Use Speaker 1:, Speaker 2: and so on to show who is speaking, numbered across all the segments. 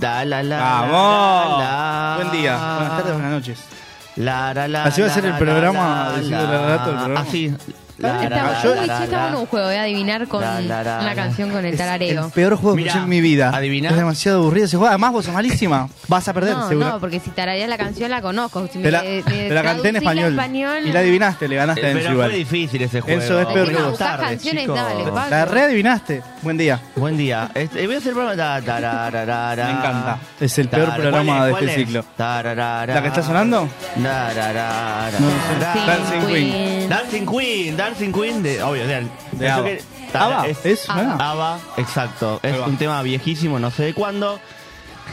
Speaker 1: La, la, la,
Speaker 2: ¡Vamos!
Speaker 1: la, la.
Speaker 2: Buen día, buenas tardes, buenas noches.
Speaker 1: La, la, la,
Speaker 2: Así va a ser el
Speaker 1: la,
Speaker 2: programa,
Speaker 1: la,
Speaker 2: diciendo el
Speaker 1: la,
Speaker 2: relato del programa.
Speaker 1: Así. La, la,
Speaker 3: Está,
Speaker 1: la,
Speaker 3: yo
Speaker 1: la, la,
Speaker 3: está
Speaker 1: la.
Speaker 3: bueno un juego, voy a adivinar con
Speaker 1: La, la, la,
Speaker 3: una
Speaker 1: la.
Speaker 3: canción con el
Speaker 2: El
Speaker 3: tarareo.
Speaker 2: peor juego
Speaker 1: Mirá,
Speaker 2: que escuché en mi vida.
Speaker 1: ¿adiviná?
Speaker 2: Es demasiado aburrido ese juego. Además, vos sos malísima. Vas a perder,
Speaker 3: No,
Speaker 2: seguro.
Speaker 3: no, porque si tarareas la canción la conozco. Si me-
Speaker 2: te, la,
Speaker 3: me
Speaker 2: te la canté en
Speaker 3: traducís la
Speaker 2: español. Y la adivinaste, le
Speaker 1: Eh,
Speaker 2: ganaste a Enzo
Speaker 1: Pero fue
Speaker 2: igual.
Speaker 1: difícil ese juego.
Speaker 2: Enzo, es peor que
Speaker 3: Encima
Speaker 2: vos.
Speaker 3: buscás canciones, dale, Pablo.
Speaker 2: La readivinaste. Buen día.
Speaker 1: Buen día. Este, voy a hacer el programa. Ta, tarararara.
Speaker 2: Me encanta. Es el peor
Speaker 1: Tar- ¿cuál
Speaker 2: programa de
Speaker 1: es?
Speaker 2: este
Speaker 1: ¿Cuál es?
Speaker 2: ciclo.
Speaker 1: Tararara.
Speaker 2: ¿La que está sonando?
Speaker 1: Tararara.
Speaker 2: No, no
Speaker 1: Dar-
Speaker 3: Dancing
Speaker 2: Dancing Queen.
Speaker 3: Queen.
Speaker 1: Dancing Queen, Dancing Queen de. Obvio, de,
Speaker 2: De
Speaker 1: eso
Speaker 2: ABBA.
Speaker 1: que-
Speaker 2: ABBA,
Speaker 1: Tar-
Speaker 2: ¿es?
Speaker 3: ABBA.
Speaker 2: Ah.
Speaker 1: ABBA, exacto. Es
Speaker 2: Ahí va.
Speaker 1: un tema viejísimo, no sé de cuándo.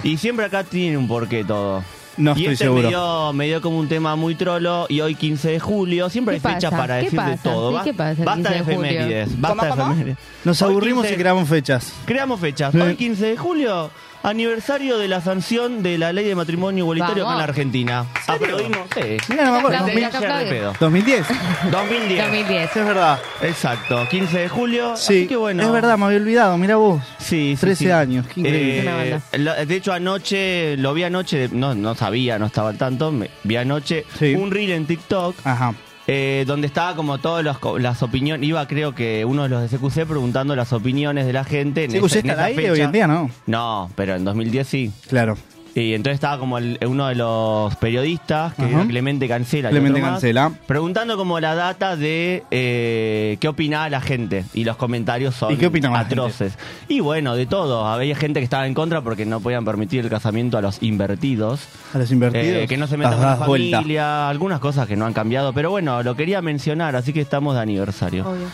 Speaker 1: Y siempre acá tiene un porqué todo.
Speaker 2: No
Speaker 1: y
Speaker 2: estoy
Speaker 1: este
Speaker 2: seguro.
Speaker 1: Me dio, me dio como un tema muy trolo y hoy 15 de julio. Siempre hay
Speaker 3: ¿Qué
Speaker 1: fecha
Speaker 3: pasa?
Speaker 1: para
Speaker 3: ¿Qué
Speaker 1: decir de
Speaker 3: pasa?
Speaker 1: todo.
Speaker 3: Sí,
Speaker 1: ba-
Speaker 3: ¿qué pasa el
Speaker 1: Basta de
Speaker 3: 15 de julio?
Speaker 1: efemérides. Basta de efemérides.
Speaker 2: Nos
Speaker 1: Hoy
Speaker 2: aburrimos
Speaker 1: 15
Speaker 2: y Eh. creamos fechas.
Speaker 1: Creamos fechas.
Speaker 2: Sí.
Speaker 1: Hoy 15 de julio, aniversario de la sanción de la ley de matrimonio igualitario acá
Speaker 3: Vamos.
Speaker 1: en la Argentina. Ah, Aplaudimos. Sí.
Speaker 2: Mira, no me acuerdo.
Speaker 3: Aplaude,
Speaker 1: Mil ya
Speaker 3: acá
Speaker 1: de
Speaker 3: aplaude.
Speaker 1: pedo.
Speaker 2: 2010.
Speaker 1: 2010.
Speaker 3: 2010.
Speaker 2: es verdad.
Speaker 1: Exacto, 15 de julio.
Speaker 2: Sí,
Speaker 1: Así que bueno.
Speaker 2: es verdad, me había olvidado. Mira vos.
Speaker 1: Sí, sí,
Speaker 2: 13
Speaker 1: sí. Eh,
Speaker 2: años, qué increíble.
Speaker 3: Una banda.
Speaker 1: lo- de hecho, anoche, lo vi anoche, no, no sabía, no estaba al tanto, me- vi anoche
Speaker 2: Sí. Ah.
Speaker 1: un reel en TikTok
Speaker 2: Ajá.
Speaker 1: eh, donde estaba como todas las co- las opiniones, iba creo que uno de los de CQC preguntando las opiniones de la gente. En
Speaker 2: ¿CQC
Speaker 1: esa- en
Speaker 2: está al
Speaker 1: esa
Speaker 2: aire
Speaker 1: fecha.
Speaker 2: hoy en día, no?
Speaker 1: No, pero en 2010 sí.
Speaker 2: Claro.
Speaker 1: Y entonces estaba como el- uno de los periodistas, que
Speaker 2: Ajá.
Speaker 1: era Clemente Cancela. y
Speaker 2: Clemente
Speaker 1: otro más,
Speaker 2: Cancela.
Speaker 1: Preguntando como la data de eh, qué opinaba la gente. Y los comentarios son
Speaker 2: ¿Y qué opinaba la gente?
Speaker 1: atroces. Y bueno, de todo. Había gente que estaba en contra porque no podían permitir el casamiento a los invertidos.
Speaker 2: A los invertidos.
Speaker 1: eh, que no se
Speaker 2: las
Speaker 1: metan con la
Speaker 2: das vuelta.
Speaker 1: familia, algunas cosas que no han cambiado. Pero bueno, lo quería mencionar, así que estamos de aniversario.
Speaker 3: Obvio.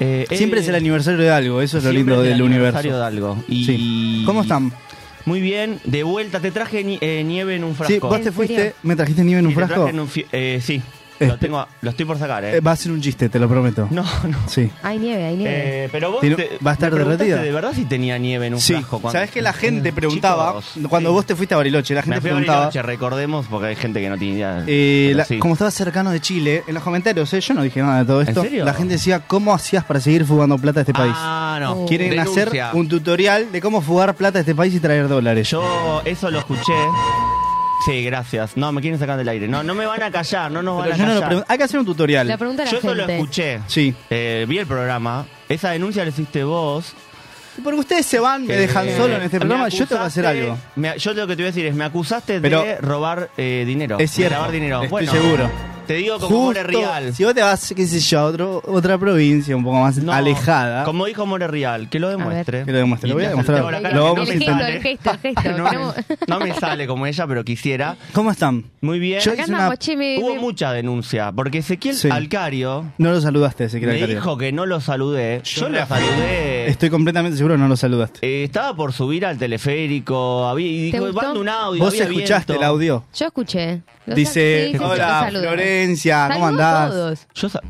Speaker 1: Eh,
Speaker 2: Siempre
Speaker 1: eh,
Speaker 2: es el aniversario de algo, eso es lo
Speaker 1: siempre
Speaker 2: lindo
Speaker 1: es el
Speaker 2: del
Speaker 1: aniversario
Speaker 2: universo.
Speaker 1: de algo. Y
Speaker 2: Sí. ¿Cómo están?
Speaker 1: Muy bien, de vuelta. Te traje ni- eh, nieve en un frasco.
Speaker 2: Sí, vos te
Speaker 3: ¿En
Speaker 2: fuiste,
Speaker 3: serio?
Speaker 2: me trajiste nieve en un
Speaker 1: Y te
Speaker 2: frasco.
Speaker 1: traje en un fi- eh, sí,
Speaker 2: Espe-
Speaker 1: lo, tengo, lo estoy por sacar, ¿eh?
Speaker 2: Eh, va a ser un chiste, te lo prometo.
Speaker 1: no, no.
Speaker 2: Sí.
Speaker 3: Hay nieve, hay nieve.
Speaker 1: Eh, pero vos
Speaker 2: Tiene-
Speaker 1: te-
Speaker 2: va a estar
Speaker 1: me preguntaste
Speaker 2: derretida.
Speaker 1: de verdad si tenía nieve en un
Speaker 2: Sí,
Speaker 1: frasco. cuando-
Speaker 2: sabés que la gente preguntaba,
Speaker 1: Chicos,
Speaker 2: cuando
Speaker 1: sí.
Speaker 2: vos te fuiste a Bariloche, la gente
Speaker 1: Me fui a
Speaker 2: preguntaba,
Speaker 1: Bariloche, recordemos, porque hay gente que no tiene idea.
Speaker 2: eh,
Speaker 1: Pero
Speaker 2: la-
Speaker 1: sí.
Speaker 2: como estabas cercano de Chile, en los comentarios, eh, yo no dije nada de todo
Speaker 1: ¿En
Speaker 2: esto,
Speaker 1: serio?
Speaker 2: la gente decía, ¿cómo hacías para seguir fugando plata a este país?
Speaker 1: Ah, no.
Speaker 2: Quieren
Speaker 1: Denuncia.
Speaker 2: hacer un tutorial de cómo fugar plata a este país y traer dólares.
Speaker 1: Yo eso lo escuché. Sí, gracias. No, me quieren sacar del aire. No, no me van a callar, no nos
Speaker 2: Pero
Speaker 1: van
Speaker 2: yo
Speaker 1: a
Speaker 2: no lo
Speaker 1: callar.
Speaker 2: pregun- Hay que hacer un tutorial.
Speaker 3: La pregunta de la
Speaker 1: yo eso
Speaker 3: gente.
Speaker 1: lo escuché.
Speaker 2: Sí.
Speaker 1: Eh, vi el programa. Esa denuncia la hiciste vos.
Speaker 2: Porque ustedes se van, me dejan
Speaker 1: Eh,
Speaker 2: solo en este
Speaker 1: me
Speaker 2: programa, yo tengo que
Speaker 1: acusaste-
Speaker 2: hacer algo.
Speaker 1: me- yo lo que te voy a decir es, me acusaste
Speaker 2: Pero-
Speaker 1: de robar eh, dinero.
Speaker 2: Es cierto,
Speaker 1: De lavar dinero.
Speaker 2: estoy
Speaker 1: Bueno,
Speaker 2: seguro.
Speaker 1: Te digo como More
Speaker 2: Justo,
Speaker 1: Real.
Speaker 2: si vos te vas, qué sé yo, a otro- otra provincia un poco más
Speaker 1: No,
Speaker 2: alejada.
Speaker 1: Como dijo More Real, que lo demuestre.
Speaker 3: ver.
Speaker 2: Que lo
Speaker 1: Y
Speaker 2: demuestre, lo voy a
Speaker 1: te
Speaker 2: demostrar.
Speaker 1: acercaba la cara
Speaker 2: Lo
Speaker 1: que no
Speaker 2: vamos
Speaker 1: me
Speaker 2: a
Speaker 3: el gesto,
Speaker 2: intentar.
Speaker 1: sale.
Speaker 3: el gesto, el gesto.
Speaker 1: No
Speaker 3: Pero-
Speaker 1: me, no me sale como ella, pero quisiera.
Speaker 2: ¿Cómo están?
Speaker 1: Muy bien.
Speaker 2: Yo-
Speaker 3: Acá
Speaker 2: hice
Speaker 3: andamos,
Speaker 2: una-
Speaker 3: che, me-
Speaker 1: Hubo
Speaker 3: me-
Speaker 1: mucha denuncia, porque Ezequiel
Speaker 2: Sí.
Speaker 1: Alcario
Speaker 2: No lo saludaste, se
Speaker 1: me dijo que no lo saludé. Yo,
Speaker 2: Yo
Speaker 1: lo
Speaker 2: la-
Speaker 1: saludé.
Speaker 2: Estoy completamente seguro que no lo saludaste.
Speaker 1: Eh, estaba por subir al teleférico, había, y
Speaker 3: ¿Te
Speaker 1: dijo,
Speaker 3: gustó?
Speaker 1: mando un audio.
Speaker 2: Vos
Speaker 1: había
Speaker 2: escuchaste
Speaker 1: viento".
Speaker 2: el audio.
Speaker 3: Yo escuché. Los-
Speaker 2: Dice,
Speaker 3: sí, sí, sí, los
Speaker 2: hola
Speaker 3: saludos.
Speaker 2: Florencia, ¿cómo
Speaker 3: Saludó a
Speaker 2: andás?
Speaker 3: todos.
Speaker 1: Yo sa-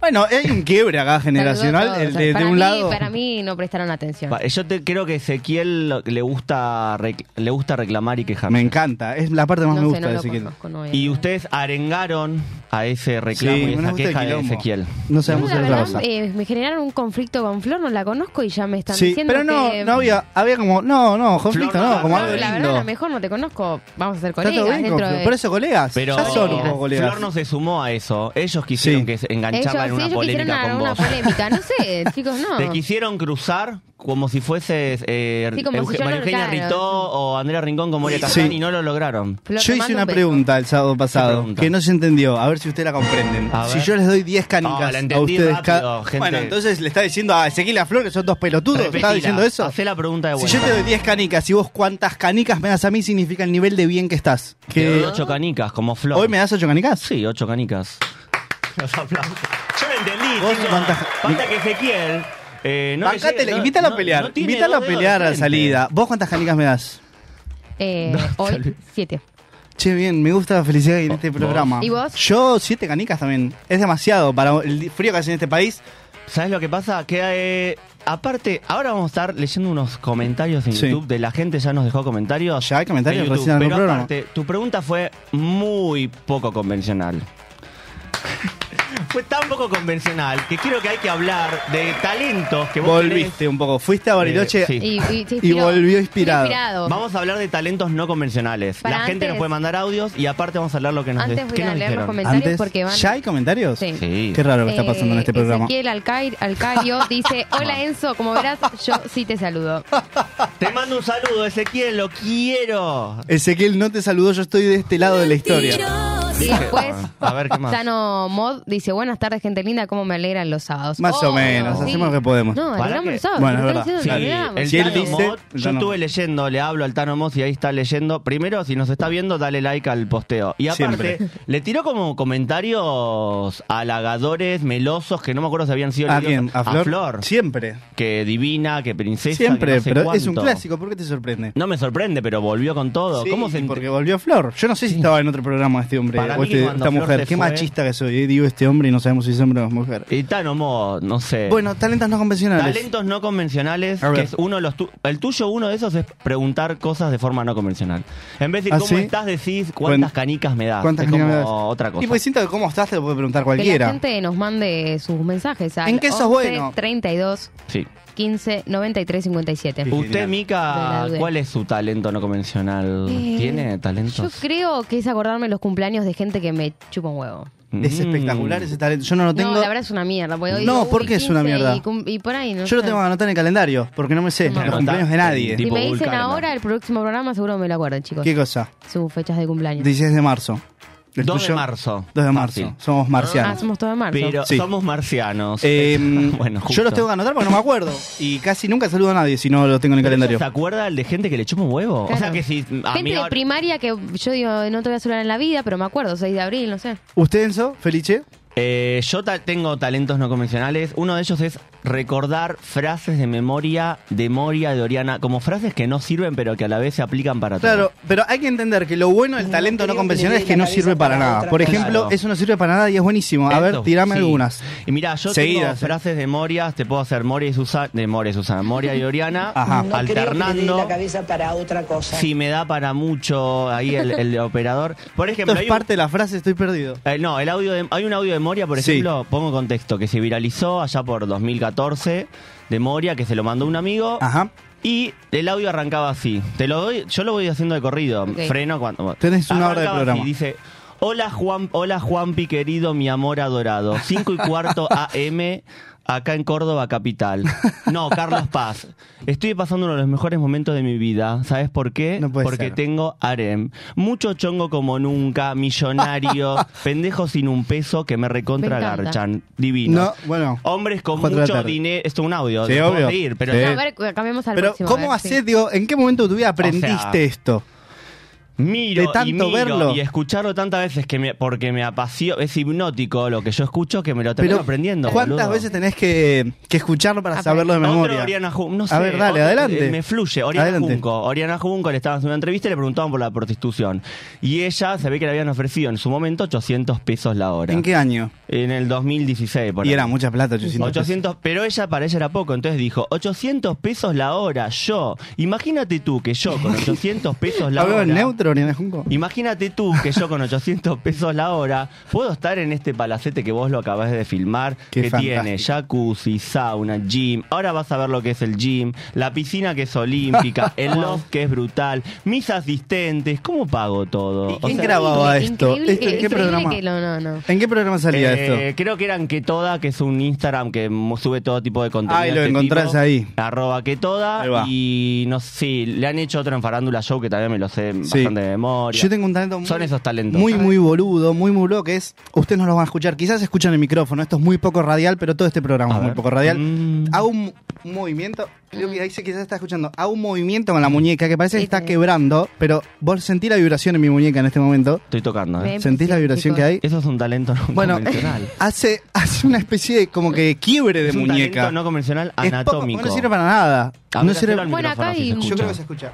Speaker 2: Bueno, hay un quiebre acá
Speaker 3: Saludó a
Speaker 2: generacional
Speaker 3: todos.
Speaker 2: el de, de
Speaker 3: para
Speaker 2: un
Speaker 3: mí,
Speaker 2: lado.
Speaker 3: Para mí no prestaron atención.
Speaker 1: Pa- Yo te, creo que Ezequiel lo- le gusta rec- le gusta reclamar y quejarse.
Speaker 2: Me encanta, es la parte que más me
Speaker 3: no sé,
Speaker 2: gusta
Speaker 3: no
Speaker 2: de
Speaker 3: lo
Speaker 2: Ezequiel.
Speaker 3: conozco, no voy a-
Speaker 1: Y ustedes arengaron a ese reclamo
Speaker 2: Sí,
Speaker 1: y
Speaker 2: no nos
Speaker 1: esa
Speaker 2: gusta el
Speaker 1: queja de
Speaker 2: quilombo.
Speaker 1: Ezequiel.
Speaker 2: No
Speaker 3: Yo,
Speaker 2: sabemos
Speaker 3: la
Speaker 2: hacer otra cosa.
Speaker 3: verdad, eh, me generaron un conflicto con Flor, no la conozco y ya me están
Speaker 2: Sí,
Speaker 3: diciendo
Speaker 2: pero no,
Speaker 3: que... mm,
Speaker 2: no había, había como, no, no, conflicto,
Speaker 1: Flor,
Speaker 2: no,
Speaker 1: no,
Speaker 2: como
Speaker 1: no,
Speaker 2: algo
Speaker 3: la verdad, a
Speaker 2: lindo.
Speaker 3: lo mejor no te conozco. Vamos a ser
Speaker 2: Está todo
Speaker 3: colegas
Speaker 2: bien con
Speaker 3: dentro
Speaker 2: Flor,
Speaker 3: de...
Speaker 2: Por eso, colegas.
Speaker 1: Pero
Speaker 2: ya son un
Speaker 3: colegas.
Speaker 2: poco colegas.
Speaker 1: Flor no se sumó a eso. Ellos quisieron
Speaker 2: Sí.
Speaker 1: que se enganchaba en
Speaker 3: Ellos
Speaker 1: en una
Speaker 3: ellos quisieron
Speaker 1: polémica
Speaker 3: una,
Speaker 1: con
Speaker 3: una
Speaker 1: vos.
Speaker 3: polémica. No sé, chicos, no.
Speaker 1: Te quisieron cruzar como si fueses eh,
Speaker 3: Sí, como si
Speaker 1: Euge-
Speaker 3: yo no-
Speaker 1: María Eugenia
Speaker 3: claro.
Speaker 1: Ritó o Andrea Rincón con Moria Casán
Speaker 2: Sí.
Speaker 1: y no lo lograron.
Speaker 3: Flor, te
Speaker 2: yo hice
Speaker 3: mando
Speaker 2: una
Speaker 3: un beso.
Speaker 2: pregunta el sábado pasado
Speaker 1: pregunta?
Speaker 2: que no se entendió. A ver si ustedes la comprenden.
Speaker 1: A
Speaker 2: Si
Speaker 1: ver.
Speaker 2: yo les doy 10
Speaker 1: No,
Speaker 2: canicas
Speaker 1: la
Speaker 2: a
Speaker 1: entendí
Speaker 2: ustedes
Speaker 1: rápido,
Speaker 2: cada-
Speaker 1: gente.
Speaker 2: Bueno, entonces le está diciendo a Ezequiel a Flor que son dos pelotudos. ¿Está
Speaker 1: Repetila,
Speaker 2: diciendo eso?
Speaker 1: Hacé la pregunta de
Speaker 2: Si
Speaker 1: vuelta.
Speaker 2: yo te doy 10 canicas y vos cuántas canicas me das a mí, significa el nivel de bien que estás.
Speaker 1: Te doy
Speaker 2: Que
Speaker 1: ocho canicas, como Flor.
Speaker 2: ¿Hoy me das 8 canicas?
Speaker 1: Sí, ocho canicas. Los aplausos. Yo lo entendí,
Speaker 2: Vos
Speaker 1: chicos.
Speaker 2: cuántas-
Speaker 1: Falta que Ezequiel... Eh, no le
Speaker 2: Bancátela,
Speaker 1: llegue- no-
Speaker 2: invítala
Speaker 1: no-
Speaker 2: a pelear.
Speaker 1: no tiene
Speaker 2: invítala a
Speaker 1: dos dedos
Speaker 2: pelear
Speaker 1: de
Speaker 2: a la
Speaker 1: frente.
Speaker 2: salida. ¿Vos cuántas canicas me das?
Speaker 3: Eh, hoy, siete.
Speaker 2: Che, bien, me gusta la felicidad
Speaker 1: Oh,
Speaker 2: en este programa.
Speaker 3: ¿Y vos?
Speaker 2: Yo, siete canicas también. Es demasiado para el frío que hace en este país.
Speaker 1: ¿Sabes lo que pasa? Que eh, aparte, ahora vamos a estar leyendo unos comentarios en
Speaker 2: Sí.
Speaker 1: YouTube de la gente, ya nos dejó comentarios.
Speaker 2: Ya hay comentarios
Speaker 1: de YouTube,
Speaker 2: recién en el
Speaker 1: pero
Speaker 2: programa.
Speaker 1: aparte, tu pregunta fue muy poco convencional. fue tan poco convencional que creo que hay que hablar de talentos que vos tenés.
Speaker 2: Volviste un poco. Fuiste a Bariloche.
Speaker 1: Eh, sí.
Speaker 3: Y, y se
Speaker 2: Y
Speaker 3: inspiró.
Speaker 2: volvió inspirado.
Speaker 1: Vamos a hablar de talentos no convencionales.
Speaker 3: Para
Speaker 1: la gente nos
Speaker 3: antes-
Speaker 1: puede mandar audios y aparte vamos a hablar lo que nos,
Speaker 3: Antes
Speaker 1: de-
Speaker 3: voy
Speaker 1: ¿qué
Speaker 3: a
Speaker 1: nos
Speaker 3: leer los
Speaker 1: dijeron.
Speaker 3: comentarios
Speaker 2: Antes,
Speaker 3: porque van.
Speaker 2: ¿Ya hay comentarios?
Speaker 3: Sí.
Speaker 1: Sí.
Speaker 2: Qué raro lo que está pasando en este
Speaker 3: Eh,
Speaker 2: programa.
Speaker 3: Ezequiel Alcai- Alcario dice, hola Enzo, como verás, yo sí te saludo.
Speaker 1: Te mando un saludo, Ezequiel, lo quiero.
Speaker 2: Ezequiel no te saludó, yo estoy de este lado de la historia.
Speaker 3: Y después,
Speaker 1: A ver, ¿qué más?
Speaker 3: Tano Mod dice, buenas tardes, gente linda, cómo me alegran los sábados.
Speaker 2: Más o menos, hacemos lo que podemos.
Speaker 3: Oh, No,
Speaker 1: ¿Para
Speaker 3: alegramos
Speaker 1: qué?
Speaker 3: los sábados.
Speaker 2: Bueno,
Speaker 3: pero
Speaker 2: es verdad.
Speaker 3: están
Speaker 1: Sí,
Speaker 3: diciendo
Speaker 2: Sí,
Speaker 3: que alegramos.
Speaker 1: el
Speaker 2: Si él
Speaker 1: Tano
Speaker 2: dice,
Speaker 1: Mot,
Speaker 2: yo
Speaker 1: yo
Speaker 2: no.
Speaker 1: estuve leyendo, le hablo al Tano Mot y ahí está leyendo. Primero, si nos está viendo, dale like al posteo. Y aparte,
Speaker 2: Siempre.
Speaker 1: le tiró como comentarios halagadores, melosos, que no me acuerdo si habían sido
Speaker 2: ¿A quién?
Speaker 1: elogiosos.
Speaker 2: Ah, ¿A Flor?
Speaker 1: A Flor.
Speaker 2: Siempre.
Speaker 1: Que divina, que princesa. que
Speaker 2: Siempre,
Speaker 1: no sé
Speaker 2: pero es un
Speaker 1: cuánto.
Speaker 2: clásico. ¿Por qué te sorprende?
Speaker 1: No me sorprende, pero volvió con todo.
Speaker 2: Sí,
Speaker 1: ¿Cómo se
Speaker 2: y
Speaker 1: ent-
Speaker 2: porque volvió Flor. Yo no sé si estaba en otro programa este hombre
Speaker 1: Para
Speaker 2: o
Speaker 1: mí
Speaker 2: este-
Speaker 1: cuando
Speaker 2: esta
Speaker 1: Flor
Speaker 2: mujer.
Speaker 1: se
Speaker 2: Qué
Speaker 1: fue-
Speaker 2: machista que soy. eh, Digo este hombre y no sabemos si es hombre o es mujer.
Speaker 1: Y Tano Mot, no sé.
Speaker 2: Bueno, talentos no convencionales.
Speaker 1: Talentos no convencionales,
Speaker 2: A ver.
Speaker 1: que es uno de los tu- el tuyo uno de esos es preguntar cosas de forma no convencional. En vez de
Speaker 2: ¿Ah,
Speaker 1: cómo
Speaker 2: sí?
Speaker 1: estás decís cuántas
Speaker 2: Cuen-
Speaker 1: canicas me das,
Speaker 2: ¿Cuántas
Speaker 1: es
Speaker 2: canicas me
Speaker 1: como
Speaker 2: das?
Speaker 1: otra cosa.
Speaker 2: Y pues siento que cómo estás te lo puede preguntar
Speaker 3: Que la
Speaker 2: cualquiera.
Speaker 3: gente nos mande sus mensajes al
Speaker 2: ¿En qué sos
Speaker 3: 11
Speaker 2: bueno?
Speaker 3: 32
Speaker 1: Sí.
Speaker 3: 15 93 57.
Speaker 2: Sí.
Speaker 1: Usted,
Speaker 2: genial.
Speaker 3: De la
Speaker 1: Mica,
Speaker 3: duda.
Speaker 1: ¿cuál es su talento no convencional?
Speaker 3: Eh,
Speaker 1: ¿Tiene
Speaker 3: Yo
Speaker 1: talentos?
Speaker 3: creo que es acordarme los cumpleaños de gente que me chupa un huevo.
Speaker 2: Es
Speaker 1: Mm.
Speaker 2: espectacular ese talento. Yo no lo tengo.
Speaker 3: No, la verdad es una mierda. porque hoy
Speaker 2: No,
Speaker 3: digo,
Speaker 2: ¿por
Speaker 3: uy,
Speaker 2: qué es una
Speaker 3: 15
Speaker 2: mierda?
Speaker 3: Y, cum- y por ahí, no
Speaker 2: Yo lo
Speaker 3: sé.
Speaker 2: tengo que anotar en el calendario porque no me sé
Speaker 3: No.
Speaker 2: los cumpleaños de nadie.
Speaker 1: Tipo
Speaker 3: Si me dicen
Speaker 1: Vulcan,
Speaker 3: ahora
Speaker 1: ¿no?
Speaker 3: el próximo programa, seguro me lo acuerdan, chicos.
Speaker 2: ¿Qué cosa?
Speaker 3: Sus fechas de cumpleaños.
Speaker 2: 16 de marzo. ¿El
Speaker 1: 2 de
Speaker 2: tuyo?
Speaker 1: marzo.
Speaker 2: 2 de marzo.
Speaker 1: Martín.
Speaker 2: Somos
Speaker 3: Ah,
Speaker 2: marcianos.
Speaker 3: somos todo de marzo.
Speaker 1: Pero
Speaker 2: Sí.
Speaker 1: somos marcianos.
Speaker 2: Eh,
Speaker 1: Bueno,
Speaker 2: yo
Speaker 1: justo.
Speaker 2: los tengo que anotar porque no me acuerdo. Y casi nunca saludo a nadie si no lo tengo en el
Speaker 1: ¿Pero
Speaker 2: calendario.
Speaker 1: ¿Se acuerda el de gente que le chupa un huevo?
Speaker 3: Claro.
Speaker 1: O sea que si a
Speaker 3: Gente
Speaker 1: mí
Speaker 3: de
Speaker 1: ah, ahora-
Speaker 3: primaria que yo digo, no te voy a saludar en la vida, pero me acuerdo, 6 de abril, no sé.
Speaker 2: ¿Usted, Enzo? ¿Felice?
Speaker 1: Eh, yo ta- tengo talentos no convencionales. Uno de ellos es recordar frases de memoria de Moria de Oriana, como frases que no sirven pero que a la vez se aplican para todo.
Speaker 2: Claro, pero hay que entender que lo bueno del talento no convencional es que no sirve para nada. Por ejemplo,
Speaker 1: Claro.
Speaker 2: eso no sirve para nada y es buenísimo. A ver,
Speaker 1: Esto,
Speaker 2: tirame
Speaker 1: sí.
Speaker 2: algunas.
Speaker 1: Y mira, yo
Speaker 2: Seguidas,
Speaker 1: tengo
Speaker 2: eh.
Speaker 1: frases de Moria, te puedo hacer Moria y Susana, de Moria y Susana, Moria y Oriana,
Speaker 2: Ajá.
Speaker 4: No creo que le dé
Speaker 1: alternando.
Speaker 4: la cabeza para otra cosa.
Speaker 1: Si me da para mucho ahí el, el operador. Por ejemplo,
Speaker 2: Esto es
Speaker 1: hay un-
Speaker 2: parte de la frase, estoy perdido.
Speaker 1: Eh, no, el audio de- hay un audio de Moria, por
Speaker 2: Sí.
Speaker 1: ejemplo, pongo en contexto, que se viralizó allá por 2014 de Moria, que se lo mandó un amigo.
Speaker 2: Ajá.
Speaker 1: Y el audio arrancaba así. Te lo doy, yo lo voy haciendo de corrido.
Speaker 3: Ok.
Speaker 1: Freno cuando.
Speaker 2: Tenés una hora de
Speaker 1: Arrancaba
Speaker 2: programa.
Speaker 1: así, dice. Hola Juan, hola Juanpi querido, mi amor adorado. 5 y cuarto AM acá en Córdoba capital. No, Carlos Paz. Estoy pasando uno de los mejores momentos de mi vida. ¿Sabes por qué?
Speaker 2: No puede
Speaker 1: Porque
Speaker 2: ser.
Speaker 1: tengo harem. Mucho chongo como nunca, millonario, pendejo sin un peso que me recontra
Speaker 3: Me encanta.
Speaker 1: garchan. Divino.
Speaker 2: No, bueno.
Speaker 1: Hombres con
Speaker 2: Cuatro de la
Speaker 1: mucho
Speaker 2: tarde.
Speaker 1: dinero. Esto es un audio.
Speaker 2: Sí,
Speaker 1: lo puedo
Speaker 2: obvio.
Speaker 1: pedir, pero
Speaker 2: Sí.
Speaker 3: No, a ver, cambiemos al
Speaker 2: Eh. Pero,
Speaker 3: próximo. a
Speaker 2: ¿cómo
Speaker 3: ver, sí.
Speaker 2: haces? Digo, ¿en qué momento de tu vida aprendiste
Speaker 1: O sea,
Speaker 2: esto?
Speaker 1: Miro
Speaker 2: De tanto
Speaker 1: y miro
Speaker 2: verlo.
Speaker 1: y escucharlo tantas veces que me, porque me apasiona, es hipnótico lo que yo escucho que me lo termino
Speaker 2: Pero,
Speaker 1: aprendiendo.
Speaker 2: ¿Cuántas
Speaker 1: boludo.
Speaker 2: veces tenés que, que escucharlo para
Speaker 3: Apre-
Speaker 2: saberlo de
Speaker 1: Otro
Speaker 2: memoria?
Speaker 1: Oriana Ju- no
Speaker 2: A
Speaker 1: sé,
Speaker 2: ver, dale,
Speaker 1: otro-
Speaker 2: adelante.
Speaker 1: eh, Me fluye. Oriana
Speaker 2: Adelante.
Speaker 1: Junco. Oriana Junco le estaban haciendo una entrevista y le preguntaban por la prostitución. Y ella se ve que le habían ofrecido en su momento 800 pesos la hora.
Speaker 2: ¿En qué año?
Speaker 1: En el 2016, por
Speaker 2: y
Speaker 1: ahí.
Speaker 2: era mucha plata, 800.
Speaker 1: 800, pero ella para ella era poco, entonces dijo, 800 pesos la hora, yo. Imagínate tú que yo con 800 pesos la hora.
Speaker 2: Hablaba en metro, Oriana Junco.
Speaker 1: Imagínate tú que yo con 800 pesos la hora puedo estar en este palacete que vos lo acabás de filmar,
Speaker 2: Qué
Speaker 1: que tiene
Speaker 2: fantástico.
Speaker 1: jacuzzi, sauna, gym. Ahora vas a ver lo que es el gym, la piscina que es olímpica, el loft que es brutal, mis asistentes. ¿Cómo pago todo?
Speaker 2: ¿Y quién
Speaker 1: sea,
Speaker 2: grababa esto?
Speaker 3: Increíble,
Speaker 2: ¿Esto en qué
Speaker 3: increíble
Speaker 2: programa?
Speaker 3: que lo- no, no.
Speaker 2: ¿En qué programa salía
Speaker 1: eh,
Speaker 2: esto?
Speaker 1: Creo que eran que toda, que es un Instagram que mo- sube todo tipo de contenido.
Speaker 2: Ah, y lo
Speaker 1: de este
Speaker 2: encontrás
Speaker 1: tipo.
Speaker 2: ahí.
Speaker 1: Arroba que
Speaker 2: Ahí va.
Speaker 1: toda. Y no sé, sí, le han hecho otro en Farándula Show que también me lo sé
Speaker 2: Sí.
Speaker 1: bastante de memoria.
Speaker 2: Yo tengo un talento muy,
Speaker 1: Son esos talentos.
Speaker 2: muy, muy boludo, muy boludo, que es, ustedes no lo van a escuchar, quizás escuchan el micrófono, esto es muy poco radial, pero todo este programa
Speaker 1: A
Speaker 2: es muy
Speaker 1: ver.
Speaker 2: poco radial.
Speaker 1: Mm.
Speaker 2: Hago un, un movimiento, creo que ahí se quizás está escuchando, hago un movimiento con la muñeca que parece que
Speaker 3: Sí,
Speaker 2: está
Speaker 3: te-
Speaker 2: quebrando, pero vos sentís la vibración en mi muñeca en este momento,
Speaker 1: Estoy tocando, ¿eh?
Speaker 3: Ven.
Speaker 2: sentís la
Speaker 3: Sí,
Speaker 2: vibración
Speaker 3: chicos.
Speaker 2: que hay.
Speaker 1: Eso es un talento no
Speaker 2: Bueno, eh,
Speaker 1: convencional.
Speaker 2: hace, hace una especie de como que quiebre de
Speaker 1: es un
Speaker 2: muñeca.
Speaker 1: talento no convencional
Speaker 2: Es poco-
Speaker 1: anatómico.
Speaker 2: no sirve para nada.
Speaker 1: A ver,
Speaker 2: No sirve-
Speaker 1: hacelo al
Speaker 3: Bueno, acá
Speaker 1: micrófono, si
Speaker 3: hay
Speaker 1: se
Speaker 3: un-
Speaker 1: escucha.
Speaker 2: Yo creo que se escucha.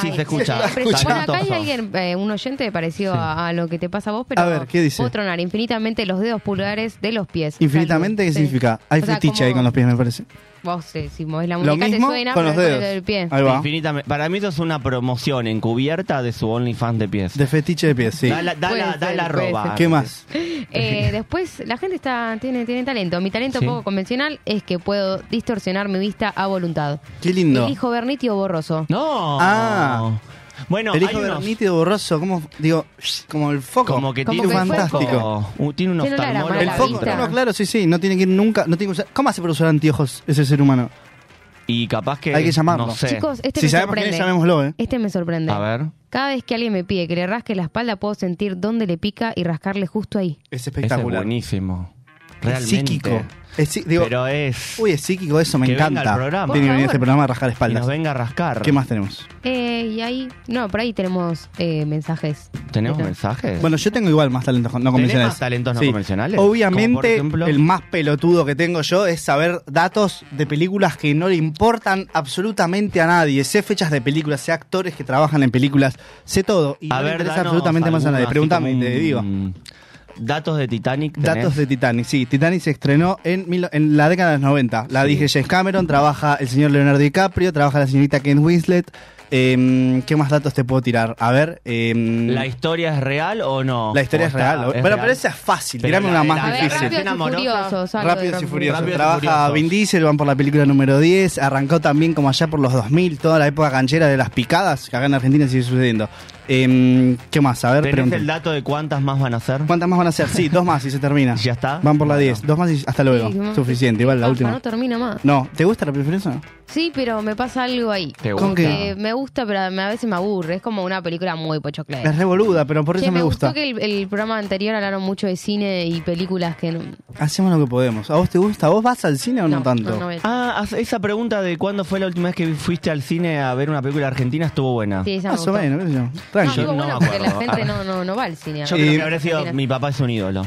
Speaker 1: Sí,
Speaker 3: Ay,
Speaker 1: se escucha.
Speaker 3: pero-
Speaker 1: Está
Speaker 3: Bueno, acá hay
Speaker 1: talentoso.
Speaker 3: alguien, eh, un oyente parecido
Speaker 1: Sí.
Speaker 3: a, a lo que te pasa a vos, pero
Speaker 2: A ver, ¿qué dice?
Speaker 3: puedo tronar infinitamente los dedos pulgares de los pies.
Speaker 2: Infinitamente, ¿qué
Speaker 3: Salud. Sí.
Speaker 2: significa? Hay
Speaker 3: O sea,
Speaker 2: fetiche ahí
Speaker 3: como
Speaker 2: con los pies, me parece.
Speaker 3: Vos, eh, si movés la
Speaker 2: Lo
Speaker 3: muñeca, te
Speaker 2: mismo
Speaker 3: suena
Speaker 2: con los
Speaker 3: pero
Speaker 2: dedos.
Speaker 3: del pie.
Speaker 2: Ahí va.
Speaker 1: Infinitamente. Para mí eso es una promoción encubierta de su OnlyFans de pies.
Speaker 2: De fetiche de pies, sí.
Speaker 1: Da la, da
Speaker 3: Puede
Speaker 1: la- da
Speaker 3: ser,
Speaker 1: la
Speaker 3: puede
Speaker 1: arroba.
Speaker 3: ser.
Speaker 2: ¿Qué más?
Speaker 3: Eh, después, la gente está tiene, tiene talento. Mi talento
Speaker 1: Sí.
Speaker 3: poco convencional es que puedo distorsionar mi vista a voluntad.
Speaker 2: Qué lindo.
Speaker 3: Elijo ver nítido o borroso.
Speaker 1: No.
Speaker 2: Ah.
Speaker 1: Bueno,
Speaker 2: El
Speaker 1: hay
Speaker 2: hijo de
Speaker 1: unos...
Speaker 2: nítido borroso, como digo, como el foco.
Speaker 1: Como que
Speaker 3: Como
Speaker 1: tiene
Speaker 3: que
Speaker 1: un
Speaker 2: fue
Speaker 1: fantástico.
Speaker 2: fantástico.
Speaker 1: tiene un
Speaker 3: Tiene un
Speaker 1: oftalmólogo
Speaker 3: arma a
Speaker 2: el
Speaker 3: la
Speaker 2: foco,
Speaker 3: vista.
Speaker 2: no, no, claro, sí, sí, no tiene que ir nunca, no tiene que usar. ¿Cómo hace para usar anteojos ese ser humano?
Speaker 1: Y capaz que.
Speaker 2: Hay que llamarlo.
Speaker 1: No sé.
Speaker 3: Chicos, este
Speaker 2: si
Speaker 3: me
Speaker 2: sabemos quién
Speaker 3: sorprende.
Speaker 2: es, llamémoslo, ¿eh?
Speaker 3: Este me sorprende.
Speaker 1: A ver.
Speaker 3: Cada vez que alguien me pide que le rasque la espalda, puedo sentir dónde le pica y rascarle justo ahí.
Speaker 2: Es
Speaker 1: Ese es
Speaker 2: espectacular.
Speaker 1: buenísimo.
Speaker 2: Es
Speaker 1: Realmente.
Speaker 2: psíquico. Es sí- digo,
Speaker 1: Pero es.
Speaker 2: uy, es psíquico eso, me
Speaker 1: que venga
Speaker 2: encanta.
Speaker 1: al programa.
Speaker 2: Tiene que venir
Speaker 3: Por
Speaker 2: este
Speaker 3: favor.
Speaker 2: programa a rajar
Speaker 1: y nos
Speaker 2: espaldas.
Speaker 1: venga a rascar.
Speaker 2: ¿Qué más tenemos?
Speaker 3: Eh, y ahí, no, por ahí tenemos eh, mensajes.
Speaker 1: ¿Tenemos
Speaker 3: Pero-
Speaker 1: mensajes?
Speaker 2: Bueno, yo tengo igual más talentos no convencionales.
Speaker 1: más talentos no convencionales? Como por
Speaker 2: Obviamente,
Speaker 1: ejemplo-
Speaker 2: el más pelotudo que tengo yo es saber datos de películas que no le importan absolutamente a nadie. Sé fechas de películas, sé actores que trabajan en películas, sé todo. Y no le interesa
Speaker 1: danos
Speaker 2: absolutamente más a nadie.
Speaker 1: alguno, así
Speaker 2: Pregúntame y
Speaker 1: como
Speaker 2: te digo.
Speaker 1: un- Datos de Titanic. ¿tenés?
Speaker 2: Datos de Titanic, sí. Titanic se estrenó en, mil- en la década de los 90. La
Speaker 1: Sí.
Speaker 2: dije James Cameron, trabaja el señor Leonardo DiCaprio, trabaja la señorita Ken Winslet. Em, ¿Qué más datos te puedo tirar? A ver. em,
Speaker 1: Mm. ¿La historia es real o no?
Speaker 2: la historia
Speaker 1: O
Speaker 2: es
Speaker 1: está-
Speaker 2: real.
Speaker 1: es
Speaker 2: pero
Speaker 1: real.
Speaker 2: parece fácil.
Speaker 1: Pero
Speaker 2: Tirame
Speaker 1: la-
Speaker 2: una más
Speaker 1: la-
Speaker 3: A ver,
Speaker 1: la-
Speaker 2: difícil.
Speaker 1: Escena
Speaker 3: rápidos y
Speaker 1: amorosa.
Speaker 3: furiosos. algo de
Speaker 2: Rápidos y
Speaker 3: Rápidos
Speaker 2: Furiosos.
Speaker 1: Rápidos y
Speaker 2: Trabaja
Speaker 1: Furiosos.
Speaker 2: Vin Diesel, van por la película número 10. Arrancó también como allá por los 2000, toda la época canchera de las picadas, que acá en Argentina sigue sucediendo. Em, ¿Qué más? A ver,
Speaker 1: ¿Tenés
Speaker 2: pregunta.
Speaker 1: el dato de cuántas más van a ser?
Speaker 2: ¿Cuántas más van a ser? Sí, dos más y se termina.
Speaker 1: ¿Ya está?
Speaker 2: Van por la
Speaker 1: Bueno.
Speaker 2: 10. Dos más y hasta luego.
Speaker 3: Sí, no.
Speaker 2: Suficiente, igual la
Speaker 3: Rafa,
Speaker 2: última.
Speaker 3: Ah, No termina más.
Speaker 2: No, ¿te gusta la preferencia?
Speaker 3: Sí, pero me pasa algo ahí.
Speaker 1: ¿Te
Speaker 2: ¿Con
Speaker 1: gusta?
Speaker 2: qué?
Speaker 3: Eh, me gusta, pero a a veces me aburre. Es como una película muy pochoclera.
Speaker 2: Es revoluda, pero por eso
Speaker 3: Che,
Speaker 2: me gusta.
Speaker 3: gustó que el, el programa anterior hablaron mucho de cine y películas que no,
Speaker 2: Hacemos lo que podemos. ¿A vos te gusta? ¿Vos vas al cine o no, tanto?
Speaker 3: no, no es-
Speaker 1: Ah, haz- esa pregunta de cuándo fue la última vez que fuiste al cine a ver una película argentina estuvo buena.
Speaker 3: sí, esa me
Speaker 2: Más o
Speaker 3: gustó. Ah,
Speaker 2: menos, qué sé yo.
Speaker 3: No,
Speaker 2: Tranqui.
Speaker 3: digo,
Speaker 1: Yo no
Speaker 3: bueno,
Speaker 1: me
Speaker 3: porque la
Speaker 1: acuerdo.
Speaker 3: gente no, no, no va al cine.
Speaker 1: Yo
Speaker 3: a-
Speaker 1: creo
Speaker 2: Y-
Speaker 1: que habría sido Mi papá es un ídolo.